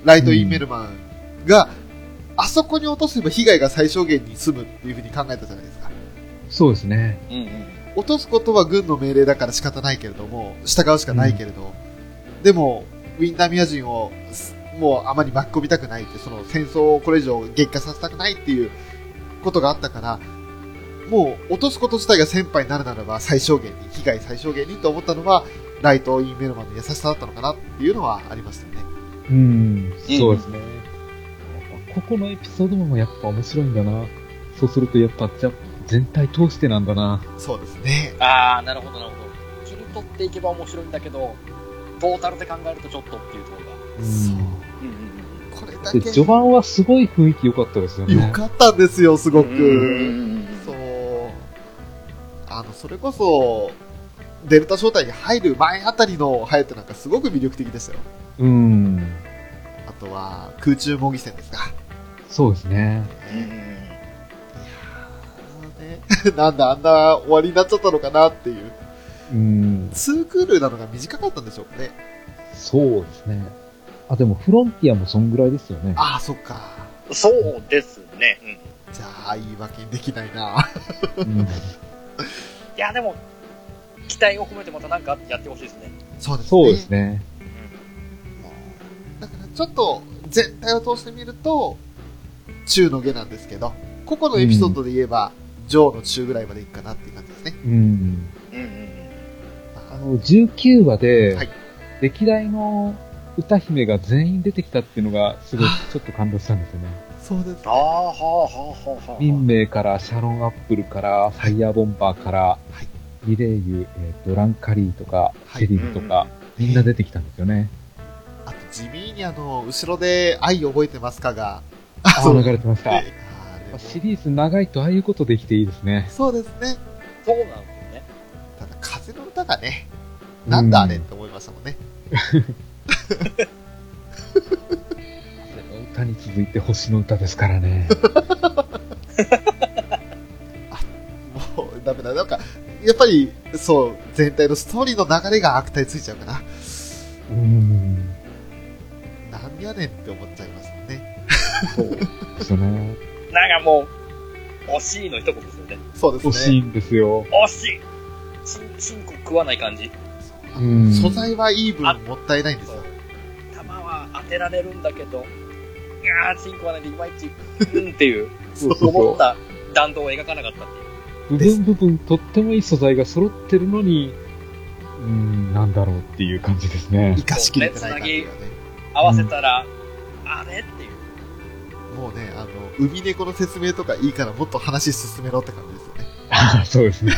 Speaker 2: ライト・イーメルマンが、あそこに落とせば被害が最小限に済むっていうふうに考えたじゃないですか。
Speaker 4: そうですね。
Speaker 3: うんうん
Speaker 2: 落とすことは軍の命令だから仕方ないけれども、従うしかないけれど、でも、ウィンダミア人を、すもうあまり巻き込みたくないって、その戦争をこれ以上激化させたくないっていうことがあったから、もう落とすこと自体が先輩になるならば最小限に、被害最小限にと思ったのは、ライト・イン・メルマンの優しさだったのかなっていうのはありましたよね。
Speaker 4: うん、そうですね。やっぱここのエピソードもやっぱ面白いんだな。そうするとやっぱじゃ全体通してなんだな。
Speaker 2: そうですね。
Speaker 3: あーなるほどなるほど切り取っていけば面白いんだけどトータルで考えるとちょっとっていうところがう
Speaker 4: う
Speaker 3: んうんうん
Speaker 2: これだけ
Speaker 4: ん。で、序盤はすごい雰囲気良かったですよね。
Speaker 2: 良かったんですよ、すご
Speaker 3: うん
Speaker 2: く。
Speaker 3: うんうん
Speaker 2: そう。あの、それこそ、デルタ正体に入る前あたりのハヤテなんかすごく魅力的ですよ。
Speaker 4: うん。
Speaker 2: あとは、空中模擬戦ですか。
Speaker 4: そうですね。
Speaker 3: うんうんうん
Speaker 2: ね なんだ、あんな終わりになっちゃったのかなっていう。
Speaker 4: うん。
Speaker 2: 2クールなのが短かったんでしょうかね。
Speaker 4: そうですね。あ、でもフロンティアもそんぐらいですよね。
Speaker 2: ああ、そっか。
Speaker 3: そうですね、うん、い
Speaker 2: じゃあ、言い訳にできないな。
Speaker 4: うん
Speaker 3: やでも期待を込めてまたなんかやってほしいですね
Speaker 2: そうですね。
Speaker 4: そうですね。
Speaker 2: だからちょっと全体を通してみると、中の下なんですけど、個々のエピソードで言えば、ジョーの中ぐらいまでいくかなっていう感じですね。
Speaker 4: うん。
Speaker 3: うんうん
Speaker 4: あの、19話で、
Speaker 2: はい
Speaker 4: 歴代の歌姫が全員出てきたっていうのが、すごい、ちょっと感動したんですよね。
Speaker 2: そうです
Speaker 3: あ。あはあはあはあはあ
Speaker 4: 民名からシャロンアップルから、ファイヤーボンバーから、
Speaker 2: い
Speaker 4: リレーユ、えーと、ランカリーとか、
Speaker 2: はい
Speaker 4: セリルとか、みんな出てきたんですよね。
Speaker 2: あと地味にあの、後ろで愛覚えてますかが、
Speaker 4: ああ、流れてました。
Speaker 2: あ
Speaker 4: やっ
Speaker 2: れ
Speaker 4: ぱ
Speaker 2: も
Speaker 4: シリーズ長いとああいうことできていいですね。
Speaker 2: そうですね。
Speaker 3: そうなんですよね
Speaker 2: ただ、風の歌がね、なんだあれっ
Speaker 4: うん
Speaker 2: て思いましたもんね。
Speaker 4: 歌に続いて星の歌ですか らね。
Speaker 2: もう、ダメだ。なんか、やっぱり、そう、全体のストーリーの流れが悪態ついちゃうかな。
Speaker 4: うん。
Speaker 2: なんやねんって思っちゃいますもんね。
Speaker 4: そうですね。
Speaker 3: なんかもう、惜しいの一言ですよね。
Speaker 2: そうですね。
Speaker 4: 欲しいんですよ。
Speaker 3: 惜しいチン、チンコ食わない感じ。
Speaker 4: うん。
Speaker 2: 素材はいい分もったいないんですよ。
Speaker 3: 弾は当てられるんだけど、ああ、チンコはね、いまいち、うんっていう、
Speaker 4: そうそう
Speaker 3: 思っ
Speaker 4: そ
Speaker 3: た弾道を描かなかったっていう。
Speaker 4: う。部分部分とってもいい素材が揃ってるのに、うん、なんだろうっていう感じですね
Speaker 2: 生。かしきれてない感じがね。
Speaker 3: 合わせたら、あれっていう。
Speaker 2: もうね、あの、海猫の説明とかいいからもっと話進めろって感じですよね。
Speaker 4: ああ、そうですね。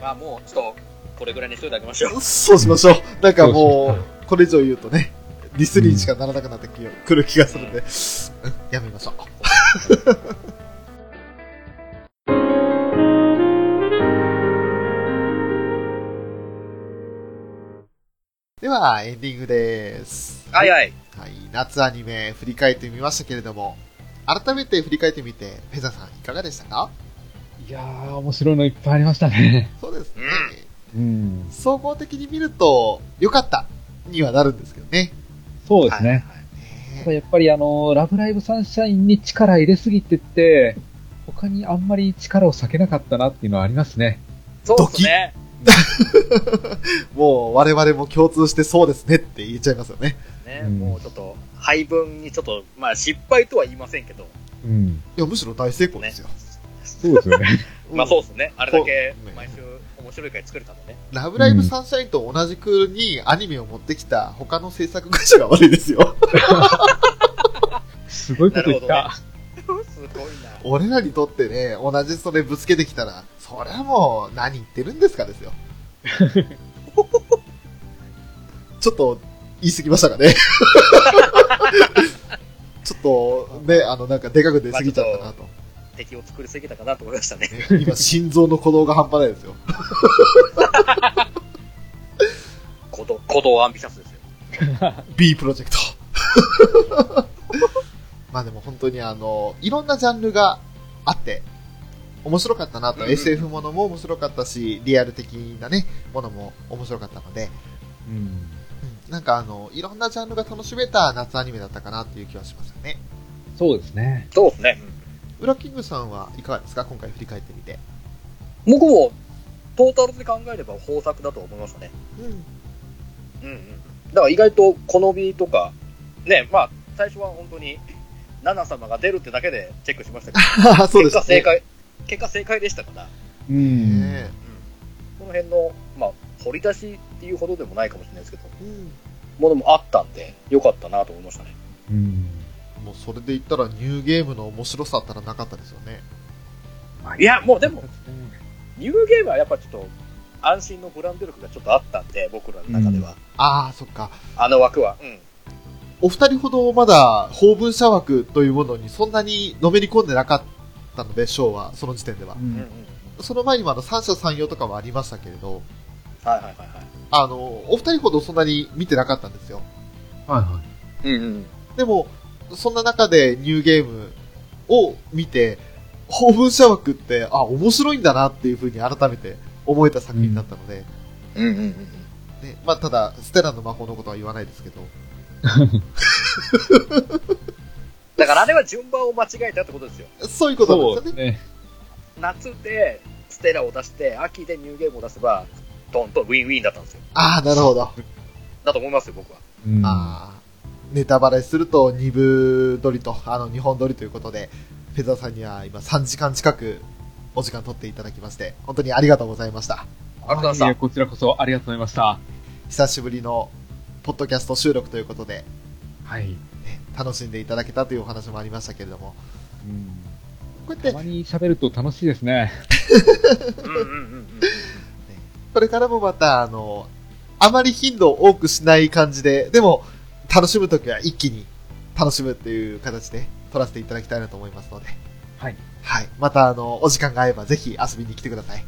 Speaker 3: まあもう、ちょっと、これぐらいにしといてあげましょう。
Speaker 2: そうしましょう。なんかも
Speaker 4: そうしま
Speaker 2: う、これ以上言うとね、ディスリーにしかならなくなってきよ来る気がするんで、うんやめましょう。 では、エンディングです。
Speaker 3: はいはい。
Speaker 2: はい、夏アニメ振り返ってみましたけれども、改めて振り返ってみて、ペザさんいかがでしたか
Speaker 4: いやー、面白いのいっぱいありましたね。
Speaker 2: そうですね。
Speaker 4: うん。
Speaker 2: 総合的に見ると、良かったにはなるんですけどね。
Speaker 4: そうですね。ただやっぱりあの、ラブライブサンシャインに力入れすぎてって、他にあんまり力を避けなかったなっていうのはありますね。
Speaker 3: そうですね。
Speaker 2: もう我々も共通してそうですねって言っちゃいますよね。
Speaker 3: ね、
Speaker 4: うん
Speaker 3: もうちょっと、配分にちょっと、まあ失敗とは言いませんけど、
Speaker 4: うん。
Speaker 2: いや、むしろ大成功ですよ。
Speaker 4: そうです よね。
Speaker 3: まあそううんですね。あれだけ
Speaker 2: そうね
Speaker 3: 毎週面白い回作れた んでね。
Speaker 2: ラブライブサンシャインと同じくにアニメを持ってきた他の制作会社が悪いですよ。
Speaker 4: すごいこと言
Speaker 3: なる
Speaker 4: った。
Speaker 3: すごいな。
Speaker 2: 俺らにとってね、同じそれぶつけてきたら、そりゃもう何言ってるんですかですよ。ちょっと言い過ぎましたかね。ちょっとね、あのなんかでかく出過ぎちゃったなと。
Speaker 3: 敵を作りすぎたかなと思いました ね。
Speaker 2: ね今心臓の鼓動が半端ないですよ。
Speaker 3: 鼓動、鼓動アンビシャスですよ。
Speaker 2: B プロジェクト。 まあでも本当にあの、いろんなジャンルがあって、面白かったなと、
Speaker 3: うんうん
Speaker 2: SF ものも面白かったし、リアル的なね、ものも面白かったので、
Speaker 4: うん。
Speaker 2: うんなんかあの、いろんなジャンルが楽しめた夏アニメだったかなっていう気はしましたね。
Speaker 4: そうですね。
Speaker 3: そうですね。
Speaker 2: ウラキングさんはいかがですか今回振り返ってみて。
Speaker 3: 僕も、トータルで考えれば豊作だと思いましたね。
Speaker 2: うん。
Speaker 3: うんうん。だから意外と好みとか、ね、まあ、最初は本当に、ナナ様が出るってだけでチェックしましたけど、
Speaker 2: そうで
Speaker 3: 結
Speaker 2: すね
Speaker 3: 果正。解、結果正解でしたから、
Speaker 4: う
Speaker 2: ね
Speaker 4: ん。
Speaker 3: この辺の、まあ、掘り出しっていうほどでもないかもしれないですけど、
Speaker 2: えうん
Speaker 3: ものもあったんで、良かったなと思いましたね。
Speaker 4: うん。
Speaker 2: もうそれで言ったらニューゲームの面白さったらなかったですよね。
Speaker 3: いや、もうでも、ニューゲームはやっぱちょっと、安心のブランド力がちょっとあったんで、僕らの中では。
Speaker 2: ああ、そっか。
Speaker 3: あの枠は。うん。
Speaker 2: お二人ほどまだ、法文社枠というものにそんなにのめり込んでなかったので、ショーは、その時点では
Speaker 4: う。
Speaker 3: うんうん
Speaker 4: ん。
Speaker 2: その前にもあの、三者三様とかはありましたけれど、
Speaker 3: はいはいはいは。
Speaker 2: あの、お二人ほどそんなに見てなかったんですよ。
Speaker 4: はいはい
Speaker 3: うんうん。
Speaker 2: でも、そんな中でニューゲームを見て、法文社枠って、あ、面白いんだなっていうふうに改めて思えた作品だったので、
Speaker 3: うんうんうん。
Speaker 2: ね、まあ、ただ、ステラの魔法のことは言わないですけど、
Speaker 3: だからあれは順番を間違えたってことですよ。
Speaker 2: そういう
Speaker 4: い。
Speaker 2: ことなんですよね。
Speaker 4: ね。
Speaker 3: 夏でステラを出して、秋でニューゲームを出せば、トントンウィンウィンだったんですよ。
Speaker 2: ああ、なるほど。
Speaker 3: だと思いますよ、僕は。
Speaker 4: うん。
Speaker 2: あーネタバレすると2部撮りと、あの、2本撮りということで、フェザーさんには今3時間近くお時間取っていただきまして、本当にありがとうございました。
Speaker 3: ありがとうござい
Speaker 4: い
Speaker 3: ま
Speaker 4: や
Speaker 3: し
Speaker 4: こちらこそありがとうございました。
Speaker 2: 久しぶりのポッドキャスト収録ということで、
Speaker 4: はい。
Speaker 2: ね楽しんでいただけたというお話もありましたけれども、
Speaker 4: うん
Speaker 2: こうや
Speaker 4: た
Speaker 2: って
Speaker 4: ま、に喋ると楽しいですね。
Speaker 3: た。うんうんうんうん。
Speaker 2: これからもまた、あの、あまり頻度を多くしない感じで、でも、楽しむときは一気に楽しむっていう形で撮らせていただきたいなと思いますので、
Speaker 4: はい。
Speaker 2: はい。また、あの、お時間が合えばぜひ遊びに来てください。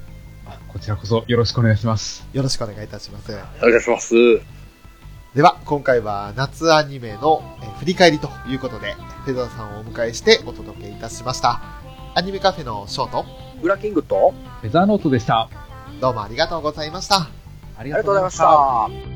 Speaker 4: あこちらこそよろしくお願いします。
Speaker 2: よろしくお願いいたします。
Speaker 3: お願いします。
Speaker 2: では、今回は夏アニメのえー振り返りということで、フェザーさんをお迎えしてお届けいたしました。アニメカフェのショート、
Speaker 3: ブラキングと、
Speaker 4: フェザーノートでした。
Speaker 2: どうもありがとうございました。
Speaker 4: あり
Speaker 3: ありがとうございました。